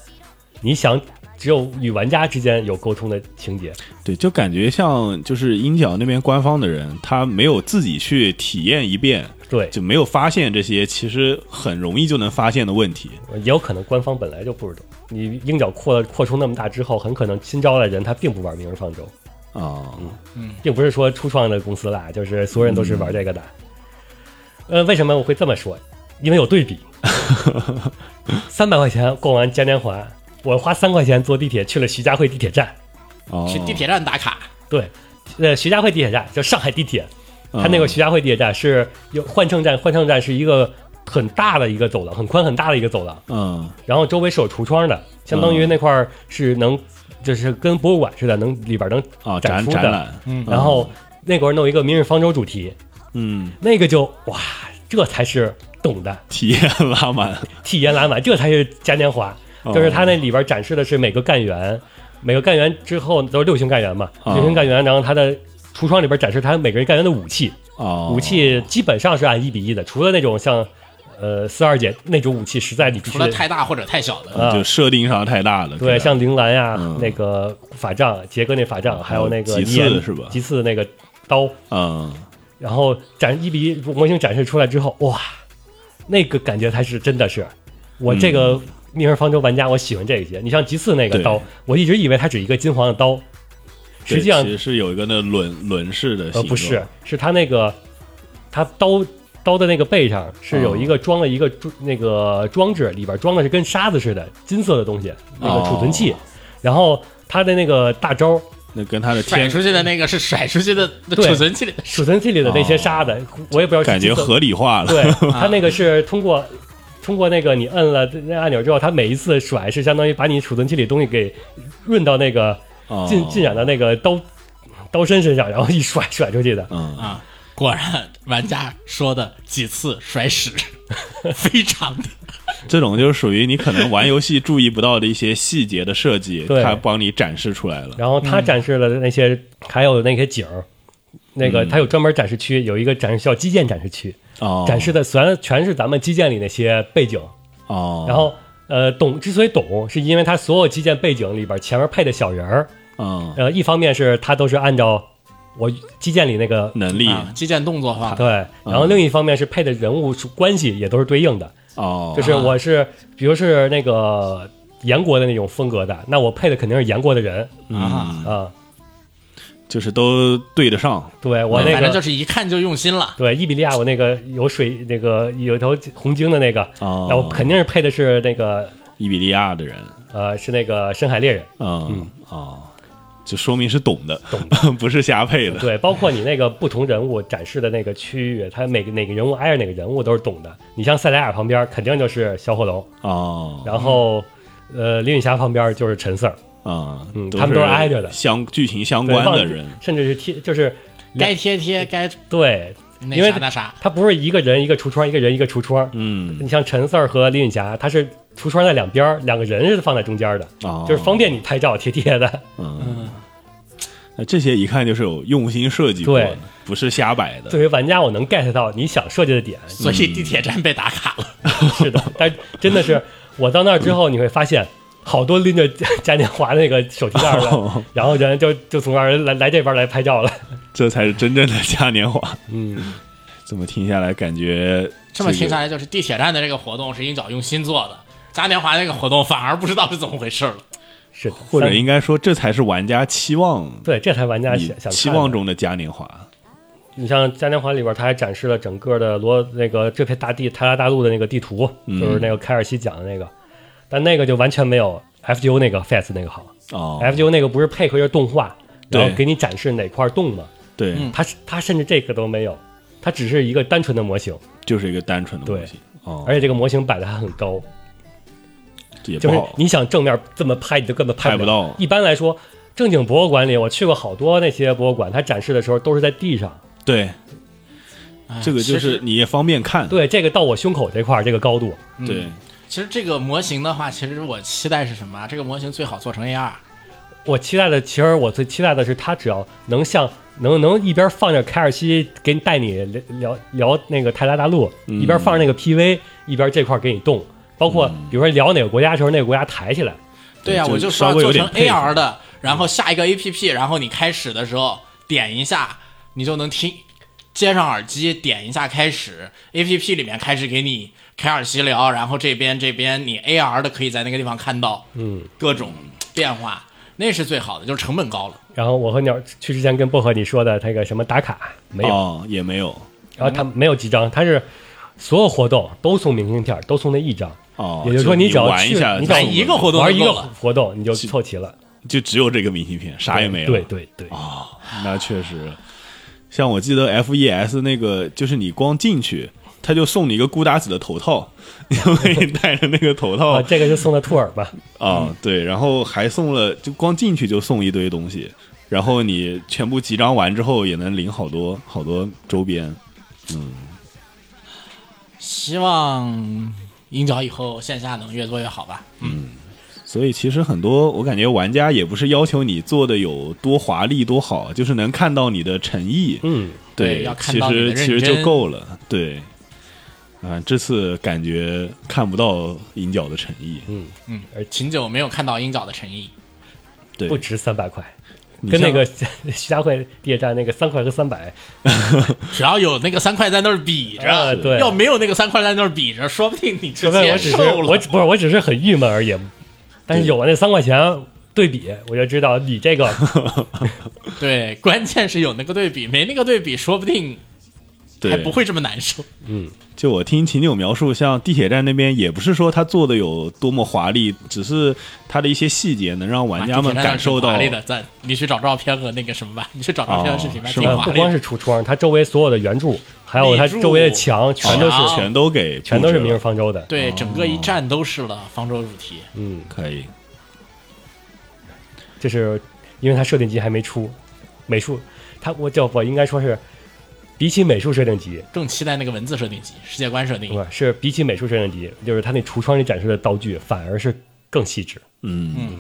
Speaker 1: 你想只有与玩家之间有沟通的情节。
Speaker 3: 对，就感觉像就是鹰角那边官方的人，他没有自己去体验一遍，
Speaker 1: 对，
Speaker 3: 就没有发现这些其实很容易就能发现的问题。
Speaker 1: 也有可能官方本来就不知道。你鹰角扩扩充那么大之后，很可能新招来人他并不玩《明日方舟》，
Speaker 3: 啊，
Speaker 1: 并不是说初创的公司啦，就是所有人都是玩这个的。呃，为什么我会这么说？因为有对比。三百块钱逛完嘉年华，我花三块钱坐地铁去了徐家汇地铁站。
Speaker 3: 哦，
Speaker 2: 去地铁站打卡，
Speaker 1: 对，呃，徐家汇地铁站就上海地铁，
Speaker 3: 嗯
Speaker 1: 它那个徐家汇地铁站是有换乘站，换乘站是一个很大的一个走廊，很宽很大的一个走廊，
Speaker 3: 嗯
Speaker 1: 然后周围是有橱窗的，相当于那块儿是能，就是跟博物馆似的，能里边能
Speaker 3: 啊
Speaker 1: 展
Speaker 3: 展
Speaker 1: 出的。
Speaker 3: 展览，嗯
Speaker 1: 然后那会儿弄一个明日方舟主题，
Speaker 3: 嗯，
Speaker 1: 那个就哇，这才是懂的，
Speaker 3: 体验拉满，
Speaker 1: 体验拉满，这才是嘉年华。
Speaker 3: 哦
Speaker 1: 就是它那里边展示的是每个干员，每个干员之后都是六星干员嘛，
Speaker 3: 哦
Speaker 1: 六星干员，然后它的橱窗里边展示他每个人干员的武器，
Speaker 3: 哦，
Speaker 1: 武器基本上是按一比一的，除了那种像呃四二姐那种武器，实在你必须
Speaker 2: 除了太大或者太小的，
Speaker 1: 啊
Speaker 3: 嗯就设定上太大了，
Speaker 1: 对，
Speaker 3: 可能
Speaker 1: 像铃兰呀
Speaker 3: 嗯，
Speaker 1: 那个法杖，杰哥那法杖，还有那个
Speaker 3: 吉
Speaker 1: 尼恩
Speaker 3: 次是吧
Speaker 1: 吉次那个刀，
Speaker 3: 嗯
Speaker 1: 然后展一比一模型展示出来之后，哇，那个感觉才是真的是，我这个明日方舟玩家，我喜欢这一些。你像吉次那个
Speaker 3: 嗯对
Speaker 1: 刀，我一直以为它只一个金黄的刀，
Speaker 3: 对
Speaker 1: 实际上
Speaker 3: 其实是有一个那轮轮式的形
Speaker 1: 呃
Speaker 3: 状，
Speaker 1: 不是，是它那个它刀刀的那个背上是
Speaker 3: 哦
Speaker 1: 有一个装了一个装、那个装置，里边装的是跟沙子似的金色的东西，那个储存器，
Speaker 3: 哦
Speaker 1: 然后它的那个大招。
Speaker 3: 那跟它的
Speaker 2: 甩
Speaker 3: 天
Speaker 2: 出去的那个是甩出去的那
Speaker 1: 对
Speaker 2: 储存器里的，
Speaker 1: 储存器里的那些沙子，我也不知道是
Speaker 3: 哦感觉
Speaker 1: 金色
Speaker 3: 合理化了，
Speaker 1: 对，它那个是通过通过那个你摁了那按钮之后，它每一次甩是相当于把你储存器里东西给润到那个
Speaker 3: 哦
Speaker 1: 浸浸染到那个刀刀身身上，然后一甩 甩出去的。
Speaker 3: 嗯，
Speaker 2: 啊，果然玩家说的几次甩屎，非常的
Speaker 3: 这种就是属于你可能玩游戏注意不到的一些细节的设计，
Speaker 1: 对
Speaker 3: 它帮你展示出来了。
Speaker 1: 然后它展示了那些，还有那些景儿，那个它有专门展示区，有一个展示叫基建展示区，
Speaker 3: 嗯哦，
Speaker 1: 展示的全全是咱们基建里那些背景。
Speaker 3: 哦，
Speaker 1: 然后呃，懂之所以懂，是因为它所有基建背景里边前面配的小人儿，
Speaker 3: 嗯，
Speaker 1: 呃，一方面是它都是按照我基建里那个
Speaker 3: 能力
Speaker 2: 啊，击剑动作化，
Speaker 1: 对，然
Speaker 2: 嗯
Speaker 1: 后另一方面是配的人物属关系也都是对应的，
Speaker 3: 哦，
Speaker 1: 就是
Speaker 2: 啊
Speaker 1: 我是比如是那个严国的那种风格的，那我配的肯定是严国的人
Speaker 3: 嗯，
Speaker 1: 啊、
Speaker 3: 就是都对得上。
Speaker 1: 对我那
Speaker 2: 嗯反正就
Speaker 1: 个。
Speaker 2: 是一看就用心了。
Speaker 1: 对伊比利亚，我那个有水，那个有头红鲸的那个，
Speaker 3: 哦
Speaker 1: 那我肯定是配的是那个，
Speaker 3: 伊比利亚的人，
Speaker 1: 呃，是那个深海猎人。
Speaker 3: 嗯，哦，就说明是懂的，懂的， 不是瞎配的。
Speaker 1: 对，包括你那个不同人物展示的那个区域，它每个哪个人物挨着哪个人物都是懂的。你像塞莱尔旁边肯定就是小火龙，
Speaker 3: 哦，
Speaker 1: 然
Speaker 2: 嗯
Speaker 1: 后、呃林雨霞旁边就是陈四儿，
Speaker 3: 啊，
Speaker 1: 嗯他们都是挨着的
Speaker 3: 相剧情相
Speaker 1: 对
Speaker 3: 关
Speaker 1: 忘
Speaker 3: 的
Speaker 1: 记
Speaker 3: 人。
Speaker 1: 甚至是贴就是
Speaker 2: 该贴贴，该
Speaker 1: 对，
Speaker 2: 那
Speaker 1: 因为
Speaker 2: 啥那啥，
Speaker 1: 他不是一个人一个橱窗，一个人一个橱窗。
Speaker 3: 嗯，
Speaker 1: 你像陈四儿和林雨霞，他是橱窗在两边儿，两个人是放在中间的，
Speaker 3: 哦
Speaker 1: 就是方便你拍照贴贴的。
Speaker 3: 嗯，那这些一看就是有用心设计过的
Speaker 1: 对，
Speaker 3: 不是瞎摆的。
Speaker 1: 作为玩家，我能 get 到你想设计的点，
Speaker 2: 所以地铁站被打卡了。
Speaker 1: 嗯是的，但真的是我到那儿之后，你会发现好多拎着嘉年华那个手提袋儿
Speaker 3: 哦
Speaker 1: 的，然后人就就从那儿来来这边来拍照了。
Speaker 3: 这才是真正的嘉年华。
Speaker 1: 嗯，
Speaker 3: 这么听下来，感觉
Speaker 2: 这么听下
Speaker 3: 来，
Speaker 2: 来，就是地铁站的这个活动是鹰角用心做的，嘉年华那个活动反而不知道是怎么回事了。
Speaker 1: 是的，
Speaker 3: 或者
Speaker 1: 三
Speaker 3: 应该说，这才是玩家期望
Speaker 1: 对，这才玩家
Speaker 3: 你
Speaker 1: 想想
Speaker 3: 期
Speaker 1: 看的
Speaker 3: 望。中的嘉年华。
Speaker 1: 你像嘉年华里边，它还展示了整个的罗那个这片大地泰拉大陆的那个地图，
Speaker 3: 嗯
Speaker 1: 就是那个凯尔西讲的那个，但那个就完全没有 FGO 那个 FES 那个好。
Speaker 3: 哦，
Speaker 1: FGO 那个不是配合着动画，然后
Speaker 3: 对
Speaker 1: 给你展示哪块动吗？
Speaker 3: 对，
Speaker 2: 嗯
Speaker 1: 它是它甚至这个都没有，它只是一个单纯的模
Speaker 3: 哦
Speaker 1: 型。
Speaker 3: 就是一个单纯的东西。哦，
Speaker 1: 而且这个模型摆的还很高，
Speaker 3: 也
Speaker 1: 就
Speaker 3: 不
Speaker 1: 是
Speaker 3: 好。
Speaker 1: 你想正面这么拍，你就根本拍
Speaker 3: 拍不
Speaker 1: 了
Speaker 3: 到
Speaker 1: 一般来说，正经博物馆里，我去过好多那些博物馆，它展示的时候都是在地上。
Speaker 3: 对，
Speaker 2: 哎
Speaker 3: 这个就
Speaker 2: 其实
Speaker 3: 是你也方便看。
Speaker 1: 对，这个到我胸口这块儿这个高度，
Speaker 3: 对，
Speaker 2: 其实这个模型的话，其实我期待是什么啊？这个模型最好做成 AR，
Speaker 1: 我期待的其实我最期待的是，它只要能像能能一边放着凯尔西给你带你聊聊聊那个泰拉大陆，
Speaker 3: 嗯
Speaker 1: 一边放着那个 PV，一边这块儿给你动，包括
Speaker 3: 嗯
Speaker 1: 比如说聊哪个国家的时候，那个国家抬起来，
Speaker 2: 对呀、啊
Speaker 3: 就
Speaker 2: 我就说
Speaker 3: 稍
Speaker 2: 要
Speaker 3: 微有
Speaker 2: 做成
Speaker 3: 点配合
Speaker 2: AR 的，然后下一个 APP，然后你开始的时候点一下，你就能听，接上耳机点一下开始，APP 里面开始给你凯尔西聊，然后这边这边你 AR 的可以在那个地方看到，嗯，各种变化，那是最好的，就是成本高了。
Speaker 1: 然后我和鸟去之前跟薄荷你说的那个什么打卡没有，
Speaker 3: 哦，也没有。
Speaker 1: 然后他没有几张，他是所有活动都送明信片，都送那一张。
Speaker 3: 哦，
Speaker 1: 也就是说
Speaker 3: 你
Speaker 1: 只要
Speaker 3: 玩
Speaker 1: 去
Speaker 3: 一下，
Speaker 1: 你
Speaker 3: 就
Speaker 1: 找
Speaker 2: 玩一个活动
Speaker 1: 玩一
Speaker 2: 就
Speaker 1: 个
Speaker 2: 够了
Speaker 1: 活动你就凑齐了，
Speaker 3: 就只有这个明信片，啥也没有。
Speaker 1: 对对对，
Speaker 3: 啊，那确实，像我记得 FES 那个，就是你光进去，他就送你一个孤打子的头套， 你就可以戴着那个头套
Speaker 1: 啊，
Speaker 3: 啊、
Speaker 1: 这个就送的兔耳吧，
Speaker 3: 对，然后还送了，就光进去就送一堆东西，然后你全部集章完之后，也能领好多好多周边。
Speaker 2: 希望鹰角以后线下能越做越好吧。
Speaker 3: 所以其实很多，我感觉玩家也不是要求你做的有多华丽多好，就是能看到你的诚意。
Speaker 1: 嗯，
Speaker 2: 对要看
Speaker 3: 其
Speaker 2: 到你
Speaker 3: 实
Speaker 2: 的
Speaker 3: 其
Speaker 2: 认
Speaker 3: 实就
Speaker 2: 真
Speaker 3: 够了。对，啊、这次感觉看不到银角的诚意，
Speaker 2: 嗯，而秦九没有看到鹰角的诚意，
Speaker 3: 对，
Speaker 1: 不值三百块，
Speaker 3: 你
Speaker 1: 跟那
Speaker 3: 像
Speaker 1: 个 徐家汇地铁站那个三块和三百，
Speaker 2: 只要有那个三块在那儿比着，
Speaker 1: 啊对
Speaker 2: 哎要没有那个三块在那儿比着，说不定你
Speaker 1: 这
Speaker 2: 就
Speaker 1: 边
Speaker 2: 接
Speaker 1: 我只是
Speaker 2: 受了。
Speaker 1: 我只不是我只是很郁闷而已，但是有了那三块钱对比，我就知道你这个
Speaker 2: 对，关键是有那个对比，没那个对比，说不定
Speaker 3: 对
Speaker 2: 还不会这么难受。
Speaker 3: 就我听秦九描述，像地铁站那边，也不是说他做的有多么华丽，只是他的一些细节能让
Speaker 2: 啊
Speaker 3: 玩家们感受到
Speaker 2: 华。丽的赞，你去找照片和那个什么吧，你 去找照片和视频吧，
Speaker 3: 哦
Speaker 2: 挺
Speaker 3: 是吗
Speaker 2: 华
Speaker 1: 呃不
Speaker 2: 丽
Speaker 1: 光
Speaker 2: 的。
Speaker 1: 是橱窗，它周围所有的圆柱，还有它
Speaker 2: 立柱
Speaker 1: 周围的墙，全都
Speaker 2: 墙
Speaker 1: 是
Speaker 3: 全都给
Speaker 1: 全都是明
Speaker 3: 明
Speaker 1: 日方舟的。
Speaker 3: 哦
Speaker 2: 对，整个一站都是了方舟主题。
Speaker 1: 嗯，
Speaker 3: 可以
Speaker 1: 这是因为它设定集还没出，美术它我叫我应该说是，比起美术设定集，
Speaker 2: 更期待那个文字设定集、世界观设定。
Speaker 1: 不是是比起美术设定集，就是它那橱窗里展示的道具反而是更细致。
Speaker 3: 嗯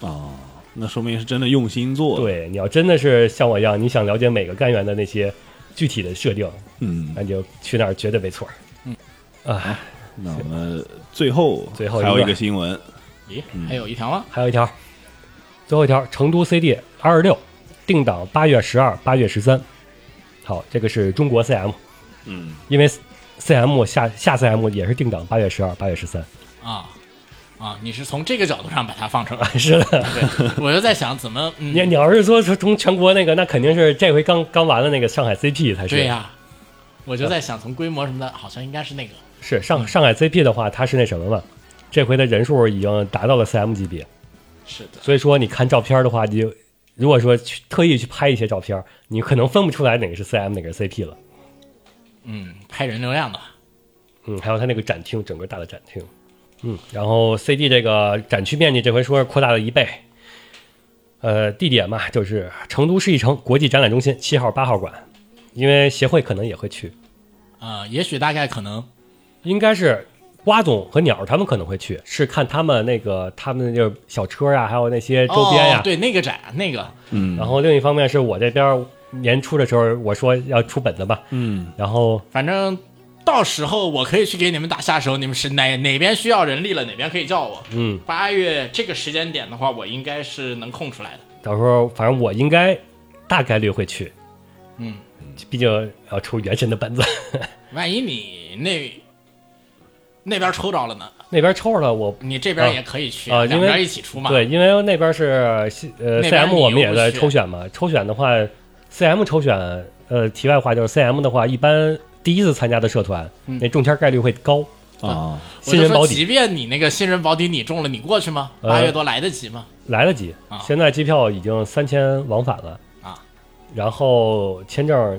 Speaker 3: 哦，那说明是真的用心做。，
Speaker 1: 对，你要真的是像我一样，你想了解每个干员的那些具体的设定，
Speaker 3: 嗯，
Speaker 1: 那就去那儿绝对没错儿。
Speaker 2: 嗯
Speaker 1: 啊
Speaker 3: 那我们最后
Speaker 1: 最后一
Speaker 3: 还有一
Speaker 1: 段
Speaker 3: 个新闻，
Speaker 2: 咦，
Speaker 3: 嗯
Speaker 2: 还有一条吗？
Speaker 1: 还有一条，最后一条，成都 CD 二十六定档八月十二、八月十三。好，这个是中国 CM，
Speaker 3: 嗯，
Speaker 1: 因为 CM 下下 CM 也是定档八月十二、八月十三。
Speaker 2: 啊
Speaker 3: 嗯
Speaker 2: 啊，你是从这个角度上把它放 成，
Speaker 1: 是的，
Speaker 2: 对，我就在想怎么，
Speaker 1: 你
Speaker 2: 嗯，
Speaker 1: 你要是说是从全国那个，那肯定是这回刚刚完了那个上海 CP 才是。
Speaker 2: 对呀、我就在想从规模什么的，好像应该是那个
Speaker 1: 是上上海 CP 的话，它是那什么嘛？这回的人数已经达到了 CM 级别，
Speaker 2: 是的，
Speaker 1: 所以说你看照片的话，你就如果说去特意去拍一些照片，你可能分不出来哪个是 CM 哪个是 CP 了。
Speaker 2: 嗯，拍人流量的，
Speaker 1: 嗯，还有它那个展厅，整个大的展厅。嗯，然后 CD 这个展区面积这回说是扩大了一倍。呃，地点嘛，就是成都市一城国际展览中心七号、八号馆，因为协会可能也会去，
Speaker 2: 呃，也许大概可能
Speaker 1: 应该是瓜总和鸟儿他们可能会去，是看他们那个他们就是小车啊呀、还有那些周边呀、
Speaker 2: 哦、对那个展那个
Speaker 1: 然后另一方面是我这边年初的时候我说要出本子吧，
Speaker 3: 嗯，
Speaker 1: 然后
Speaker 2: 反正到时候我可以去给你们打下手，你们是哪哪边需要人力了，哪边可以叫我。
Speaker 1: 嗯，
Speaker 2: 八月这个时间点的话，我应该是能空出来的。
Speaker 1: 到时候反正我应该大概率会去，
Speaker 2: 嗯，
Speaker 1: 毕竟要出原神的本子，
Speaker 2: 万一你那那边抽着了呢，
Speaker 1: 那边抽着了我。
Speaker 2: 你这边也可以去，
Speaker 1: 啊因
Speaker 2: 两
Speaker 1: 为
Speaker 2: 边一起出嘛。
Speaker 1: 对，因为那边是西呃
Speaker 2: 那边你
Speaker 1: CM，
Speaker 2: 又
Speaker 1: 我们也在
Speaker 2: 不去
Speaker 1: 抽选嘛。抽选的话，CM 抽选，呃，题外话就是 CM 的话，一般第一次参加的社团，那中签概率会高，
Speaker 3: 啊，
Speaker 2: 我
Speaker 1: 新
Speaker 2: 嗯就
Speaker 1: 人保
Speaker 2: 说，
Speaker 1: 底
Speaker 2: 即便你那个新人保底你中了，你过去吗？
Speaker 1: 呃
Speaker 2: 八月多来得及吗？
Speaker 1: 来得及
Speaker 2: 啊。
Speaker 1: 现在机票已经三千往返了
Speaker 2: 啊，
Speaker 1: 然后签证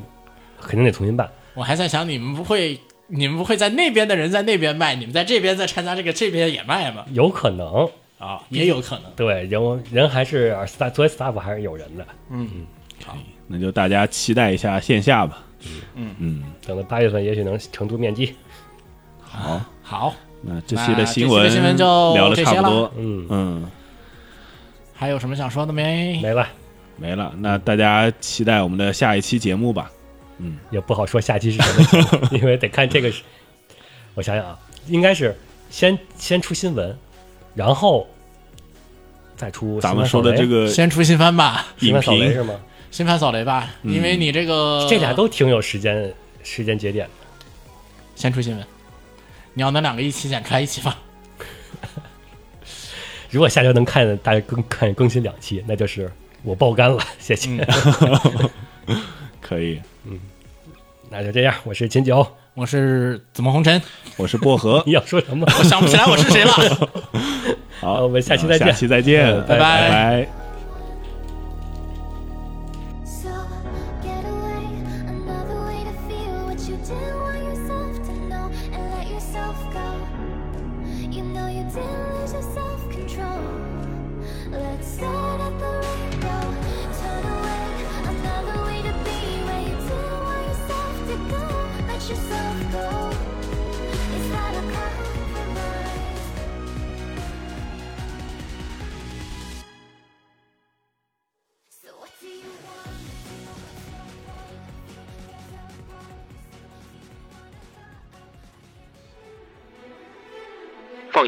Speaker 1: 肯定得重新办。
Speaker 2: 我还在想，你们不会，你们不会在那边的人在那边卖，你们在这边再参加这个，这边也卖吗？
Speaker 1: 有可能，
Speaker 2: 啊，也有可能。
Speaker 1: 对人人还是 staff 作为 staff 还是有人的。
Speaker 3: 那就大家期待一下线下吧。嗯嗯，
Speaker 1: 等到八月份，也许能成都面基。
Speaker 3: 好，
Speaker 2: 好，
Speaker 3: 那这期的
Speaker 2: 那这期
Speaker 3: 新闻
Speaker 2: 的新闻就
Speaker 3: 聊的差不
Speaker 2: 这些
Speaker 3: 多
Speaker 2: 了，
Speaker 1: 嗯，
Speaker 3: 嗯，
Speaker 2: 还有什么想说的没？
Speaker 1: 没了，
Speaker 3: 没了。那大家期待我们的下一期节目
Speaker 1: 嗯
Speaker 3: 吧。
Speaker 1: 也不好说下期是 什么情况，因为得看这个是。我想想啊，应该是先先出新闻，然后再出
Speaker 3: 咱们
Speaker 1: 新
Speaker 3: 说
Speaker 1: 闻扫雷
Speaker 3: 的这个
Speaker 2: 先出新番吧，
Speaker 1: 新
Speaker 3: 影
Speaker 1: 闻扫雷
Speaker 3: 评
Speaker 1: 是吗？
Speaker 2: 新番扫雷吧，因为嗯你这个
Speaker 1: 这俩都挺有时间时间节点的。
Speaker 2: 先出新闻，你要能两个一起剪出来一起放，
Speaker 1: 如果下周能看大家更看更新两期，那就是我爆肝了， 谢谢。
Speaker 2: 嗯
Speaker 3: 可以。
Speaker 1: 那就这样，我是秦九，
Speaker 2: 我是紫梦红尘，
Speaker 3: 我是 薄荷
Speaker 1: 你，要说什么？
Speaker 2: 我想不起来我是谁了。
Speaker 3: 好，
Speaker 1: 我们下期再见
Speaker 3: 下期再见，
Speaker 1: 嗯拜
Speaker 2: 拜
Speaker 3: 拜拜
Speaker 4: So get away, another way to feel what you didn't want yourself to know and let yourself go. You know you didn't lose your self-control. Let's start at the window. Turn away, another way to be where you didn't want yourself to go. Let yourself go. Is that a compromise? So what do you want?
Speaker 5: 放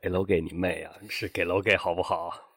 Speaker 1: 给楼给你妹啊！是给楼给好不好？